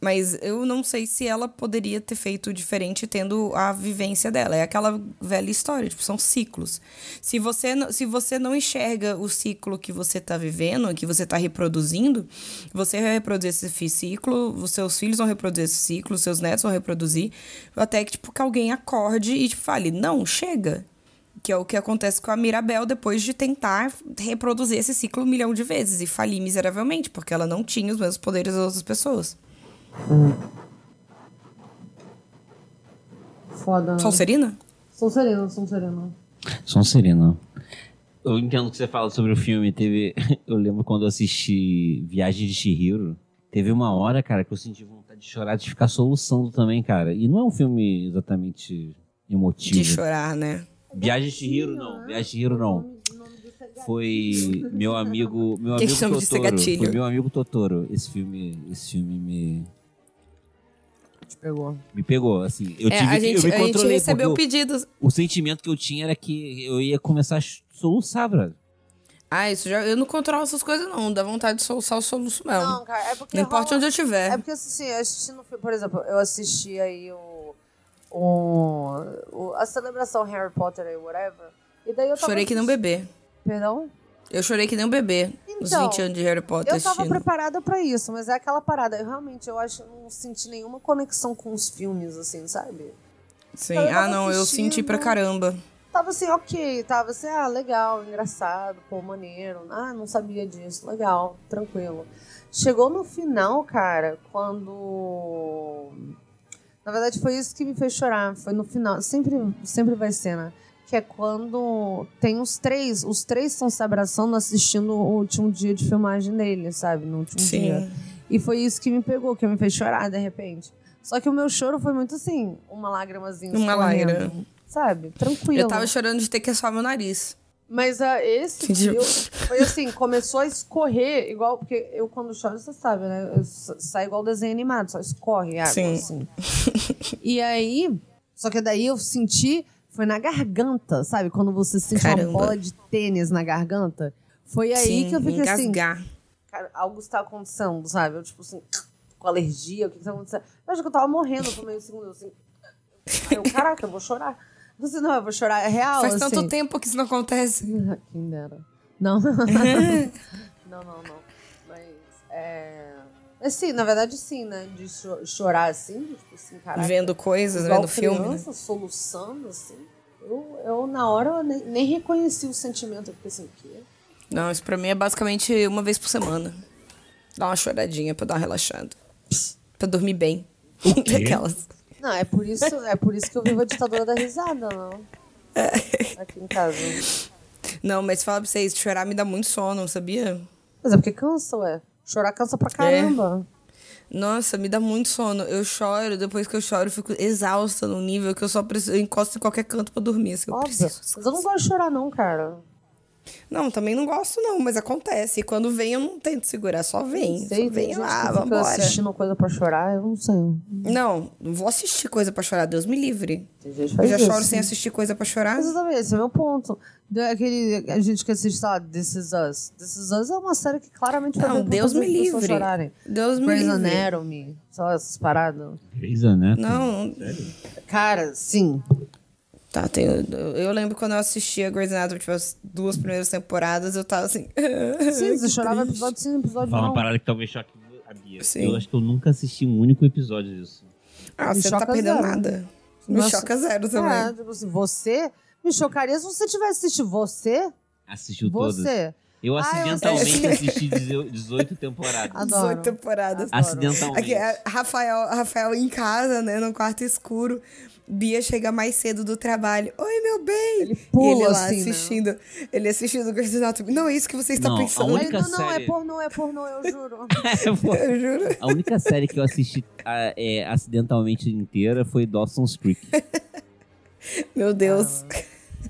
Speaker 2: Mas eu não sei se ela poderia ter feito diferente tendo a vivência dela. É aquela velha história, tipo, são ciclos. Se você, não- se você não enxerga o ciclo que você tá vivendo, que você tá reproduzindo, você vai reproduzir esse fi- ciclo, os seus filhos vão reproduzir esse ciclo, os seus netos vão reproduzir, até que, tipo, que alguém acorde e tipo, fale, não, chega. Que é o que acontece com a Mirabel depois de tentar reproduzir esse ciclo um milhão de vezes e falir miseravelmente, porque ela não tinha os mesmos poderes das outras pessoas. Ah.
Speaker 1: Foda. né?
Speaker 2: Sonserina?
Speaker 1: Sonserina, Sonserina.
Speaker 3: Sonserina. Eu entendo o que você fala sobre o filme. Teve, (laughs) eu lembro quando eu assisti Viagem de Chihiro. Teve uma hora, cara, que eu senti vontade de chorar, de ficar soluçando também, cara. E não é um filme exatamente emotivo.
Speaker 2: De chorar, né?
Speaker 3: Viagem de Chihiro, não. Viagem de Chihiro, não. Foi meu amigo, meu
Speaker 2: Que
Speaker 3: amigo
Speaker 2: chama de ser
Speaker 3: Totoro.
Speaker 2: gatilho.
Speaker 3: Foi meu amigo Totoro. Esse filme, esse filme me,
Speaker 1: Te pegou.
Speaker 3: me pegou, assim. Eu
Speaker 2: é,
Speaker 3: tive,
Speaker 2: a
Speaker 3: que-
Speaker 2: gente,
Speaker 3: eu me
Speaker 2: a gente
Speaker 3: controlei, porque
Speaker 2: recebeu
Speaker 3: eu-
Speaker 2: pedidos.
Speaker 3: o sentimento que eu tinha era que eu ia começar a soluçar, brother.
Speaker 2: Ah, isso já. Eu não controlo essas coisas, não. Dá vontade de soltar o soluço mesmo. Não,
Speaker 1: Não, cara, é porque.
Speaker 2: importa
Speaker 1: rola-
Speaker 2: onde eu estiver.
Speaker 1: É porque assim, eu assisti no filme, por exemplo, eu assisti aí o, o, o- a celebração Harry Potter e whatever. E daí eu tava
Speaker 2: Chorei que nem um
Speaker 1: assisti-
Speaker 2: bebê.
Speaker 1: Perdão?
Speaker 2: Eu chorei que nem um bebê. os
Speaker 1: Então,
Speaker 2: 20 anos de Harry Potter
Speaker 1: Eu tava
Speaker 2: assistindo.
Speaker 1: preparada pra isso, mas é aquela parada. Eu realmente, eu acho, não senti nenhuma conexão com os filmes, assim, sabe?
Speaker 2: Sim.
Speaker 1: eu
Speaker 2: Ah,
Speaker 1: tava
Speaker 2: não, eu senti pra
Speaker 1: assistindo.
Speaker 2: caramba.
Speaker 1: tava assim, ok, tava assim, ah, legal, engraçado, pô, maneiro, ah, não sabia disso, legal, tranquilo. Chegou no final, cara, quando. Na verdade, foi isso que me fez chorar. Foi no final. Sempre, sempre vai ser, né? Que é quando tem os três. Os três estão se abraçando assistindo o último dia de filmagem dele, sabe? No último dia.
Speaker 2: Sim.
Speaker 1: E foi isso que me pegou, que me fez chorar de repente. Só que o meu choro foi muito assim, uma lágrimazinha.
Speaker 2: Uma
Speaker 1: escorrendo,
Speaker 2: lágrima.
Speaker 1: Sabe? Tranquilo.
Speaker 2: Eu tava chorando de ter que assoar meu nariz.
Speaker 1: Mas ah, esse
Speaker 2: Entendi.
Speaker 1: fio foi assim, começou a escorrer, igual, porque eu quando choro, você sabe, né? Eu sa- Sai igual desenho animado, só escorre água,
Speaker 2: Sim.
Speaker 1: assim. E aí, só que daí eu senti, foi na garganta, sabe? Quando você sente
Speaker 2: Caramba.
Speaker 1: uma bola de tênis na garganta. Foi aí
Speaker 2: Sim,
Speaker 1: que eu fiquei assim,
Speaker 2: engasgar.
Speaker 1: cara, algo está acontecendo, sabe? Eu, tipo assim, com alergia, o que está acontecendo? Eu acho que eu tava morrendo por meio segundo, eu, assim. Aí eu, caraca, eu vou chorar. Eu disse, não, eu vou chorar, é real,
Speaker 2: Faz
Speaker 1: assim.
Speaker 2: tanto tempo que isso não acontece.
Speaker 1: Quem dera. Não.
Speaker 2: (laughs)
Speaker 1: não, não, não. Mas, é... Assim, na verdade, sim, né? De cho- chorar assim, de, tipo assim, caraca.
Speaker 2: Vendo coisas,
Speaker 1: igual
Speaker 2: vendo filme. né?
Speaker 1: criança, soluçando, assim. Eu, eu, na hora, eu nem, nem reconheci o sentimento. Eu fiquei assim, o quê?
Speaker 2: Não, isso pra mim é basicamente uma vez por semana. Dar uma choradinha pra dar uma relaxada. Pra dormir bem. (laughs) Aquelas.
Speaker 1: Não, é por isso, é por isso que eu vivo a ditadura da risada, não.
Speaker 2: É.
Speaker 1: Aqui em casa.
Speaker 2: Não, mas fala pra vocês, chorar me dá muito sono, sabia?
Speaker 1: Mas é porque cansa, ué. Chorar cansa pra caramba.
Speaker 2: É. Nossa, me dá muito sono. Eu choro, depois que eu choro, eu fico exausta num nível que eu só preciso. Eu encosto em qualquer canto pra dormir. Assim, eu
Speaker 1: Óbvio.
Speaker 2: preciso.
Speaker 1: Mas eu não gosto de chorar, não, cara.
Speaker 2: Não, também não gosto, não, mas acontece. E quando vem, eu não tento segurar, só vem.
Speaker 1: sei,
Speaker 2: só vem
Speaker 1: tem gente
Speaker 2: lá,
Speaker 1: que fica
Speaker 2: vambora.
Speaker 1: assistindo coisa pra chorar, eu não sei.
Speaker 2: Não, não vou assistir coisa pra chorar, Deus me livre.
Speaker 1: Tem gente que
Speaker 2: Eu
Speaker 1: faz
Speaker 2: já
Speaker 1: isso.
Speaker 2: choro sem assistir coisa pra chorar.
Speaker 1: Exatamente, esse é meu ponto. Da- Aquele, a gente que assiste, sei lá, This Is Us. This Is Us é uma série que claramente foi
Speaker 2: Não,
Speaker 1: feita pra
Speaker 2: Deus
Speaker 1: fazer
Speaker 2: me
Speaker 1: as pessoas
Speaker 2: livre.
Speaker 1: chorarem.
Speaker 2: Deus me
Speaker 1: Grey's
Speaker 2: livre.
Speaker 1: Anatomy, só essas paradas.
Speaker 3: Grey's Anatomy.
Speaker 2: Não,
Speaker 1: Cara, sim.
Speaker 2: tá, tem, eu, eu lembro quando eu assistia Grey's Anatomy, tipo, as duas primeiras temporadas, eu tava assim... (laughs)
Speaker 1: Sim,
Speaker 2: que
Speaker 1: você chorava
Speaker 2: triste.
Speaker 1: episódio sim, episódio
Speaker 3: Falar uma
Speaker 1: não.
Speaker 3: parada que talvez choque a Bia.
Speaker 2: Sim.
Speaker 3: Eu acho que eu nunca assisti um único episódio disso.
Speaker 2: Ah,
Speaker 1: Me
Speaker 2: você não tá
Speaker 1: choca
Speaker 2: perdendo
Speaker 1: zero.
Speaker 2: nada. Me
Speaker 1: Nossa.
Speaker 2: choca zero também.
Speaker 1: É, tipo assim, você... Me chocaria se você tivesse assistido você,
Speaker 3: Assistiu todas.
Speaker 1: você.
Speaker 3: Eu
Speaker 1: Ah, eu
Speaker 3: acidentalmente
Speaker 2: assisti.
Speaker 3: assisti 18 temporadas.
Speaker 1: adoro.
Speaker 2: 18 temporadas.
Speaker 3: Assim,
Speaker 2: Aqui,
Speaker 3: Acidentalmente.
Speaker 2: é, Rafael, Rafael em casa, né, no quarto escuro. Bia chega mais cedo do trabalho. Oi, meu bem!
Speaker 1: Ele
Speaker 2: e
Speaker 1: pula
Speaker 2: ele lá
Speaker 1: assim, né?
Speaker 2: assistindo. Ele assistindo o Grey's Anatomy. Não é isso que você está
Speaker 3: Não, a
Speaker 2: pensando.
Speaker 3: única-
Speaker 1: Ele, não, não, é
Speaker 3: série-
Speaker 1: pornô, é pornô, eu juro.
Speaker 3: (laughs) É, pô.
Speaker 2: Eu juro.
Speaker 3: A única série que eu assisti ah, é, acidentalmente inteira foi
Speaker 1: (laughs)
Speaker 3: Dawson's Creek.
Speaker 2: Meu
Speaker 1: Ah.
Speaker 2: Deus.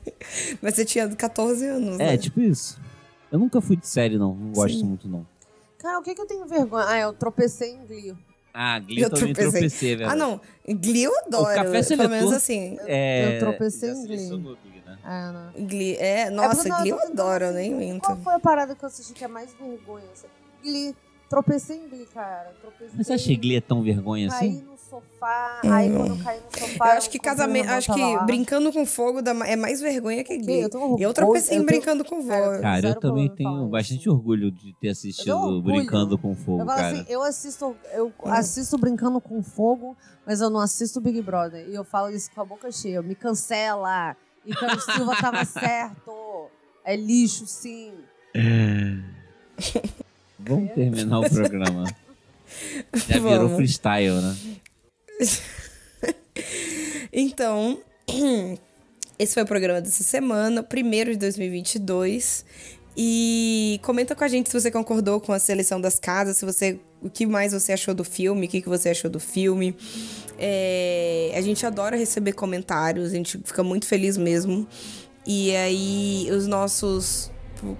Speaker 2: (laughs) Mas você tinha 14 anos,
Speaker 3: É,
Speaker 2: né?
Speaker 3: tipo isso. Eu nunca fui de série, não. Não gosto
Speaker 2: Sim.
Speaker 3: muito, não.
Speaker 1: Cara, o que, que eu tenho vergonha? Ah, eu tropecei em Glee.
Speaker 3: Ah, Glee
Speaker 2: Eu
Speaker 3: eu também
Speaker 2: tropecei.
Speaker 3: tropecei, velho.
Speaker 2: Ah, não. Glee eu adoro.
Speaker 3: é. O café
Speaker 2: Pelo
Speaker 3: seletor-
Speaker 2: menos assim.
Speaker 3: É,
Speaker 1: Eu tropecei
Speaker 3: já
Speaker 1: em Glee.
Speaker 3: selecionou Glee, né?
Speaker 1: É, né?
Speaker 2: Glee, é...
Speaker 1: É
Speaker 2: Nossa,
Speaker 1: porque
Speaker 2: Glee eu
Speaker 1: tava tentando
Speaker 2: adoro, eu
Speaker 1: assim,
Speaker 2: nem
Speaker 1: Qual
Speaker 2: minto.
Speaker 1: foi a parada que eu assisti que é mais vergonha? assim? Glee. Tropecei em Glee, cara. Tropecei.
Speaker 3: Mas você acha que Glee é tão vergonha
Speaker 1: Caí
Speaker 3: assim?
Speaker 1: no sofá. Aí quando eu caí no
Speaker 2: Hum. Eu
Speaker 1: sofá.
Speaker 2: acho que
Speaker 1: comprei
Speaker 2: casamento...
Speaker 1: uma
Speaker 2: Acho
Speaker 1: bota
Speaker 2: que
Speaker 1: lá.
Speaker 2: brincando com fogo dá ma- é mais vergonha que Glee.
Speaker 1: Eu tenho orgulho.
Speaker 2: Eu tropecei
Speaker 1: Eu
Speaker 2: em
Speaker 1: tenho-
Speaker 2: assim, brincando com
Speaker 1: Cara, eu
Speaker 2: fogo.
Speaker 3: Cara, eu
Speaker 1: Zero
Speaker 3: também
Speaker 1: problema em falar
Speaker 3: tenho
Speaker 1: isso.
Speaker 3: bastante orgulho de ter assistido
Speaker 1: orgulho.
Speaker 3: Brincando com Fogo,
Speaker 1: Eu falo
Speaker 3: cara.
Speaker 1: assim, eu assisto, eu
Speaker 2: Hum.
Speaker 1: assisto brincando com fogo, mas eu não assisto Big Brother. E eu falo isso com a boca cheia. Me cancela. E Cano Silva
Speaker 2: (laughs)
Speaker 1: tava certo. É lixo, sim. "É."
Speaker 3: Vamos terminar
Speaker 1: (laughs)
Speaker 3: o programa. Já virou
Speaker 2: Vamos.
Speaker 3: freestyle, né?
Speaker 2: Então, (clears throat) esse foi o programa dessa semana, o primeiro de 2022. E comenta com a gente se você concordou com a seleção das casas, se você o que mais você achou do filme, o que, que você achou do filme. É, a gente adora receber comentários, a gente fica muito feliz mesmo. E aí, os nossos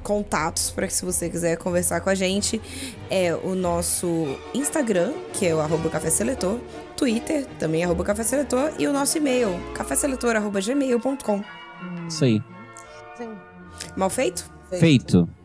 Speaker 2: contatos para que se você quiser conversar com a gente é o nosso Instagram, que é o arroba Café Seletor, Twitter, também arroba Café Seletor, e o nosso e-mail, caféseletor.gmail.com.
Speaker 3: Isso aí.
Speaker 1: Sim,
Speaker 2: Mal feito?
Speaker 3: Feito.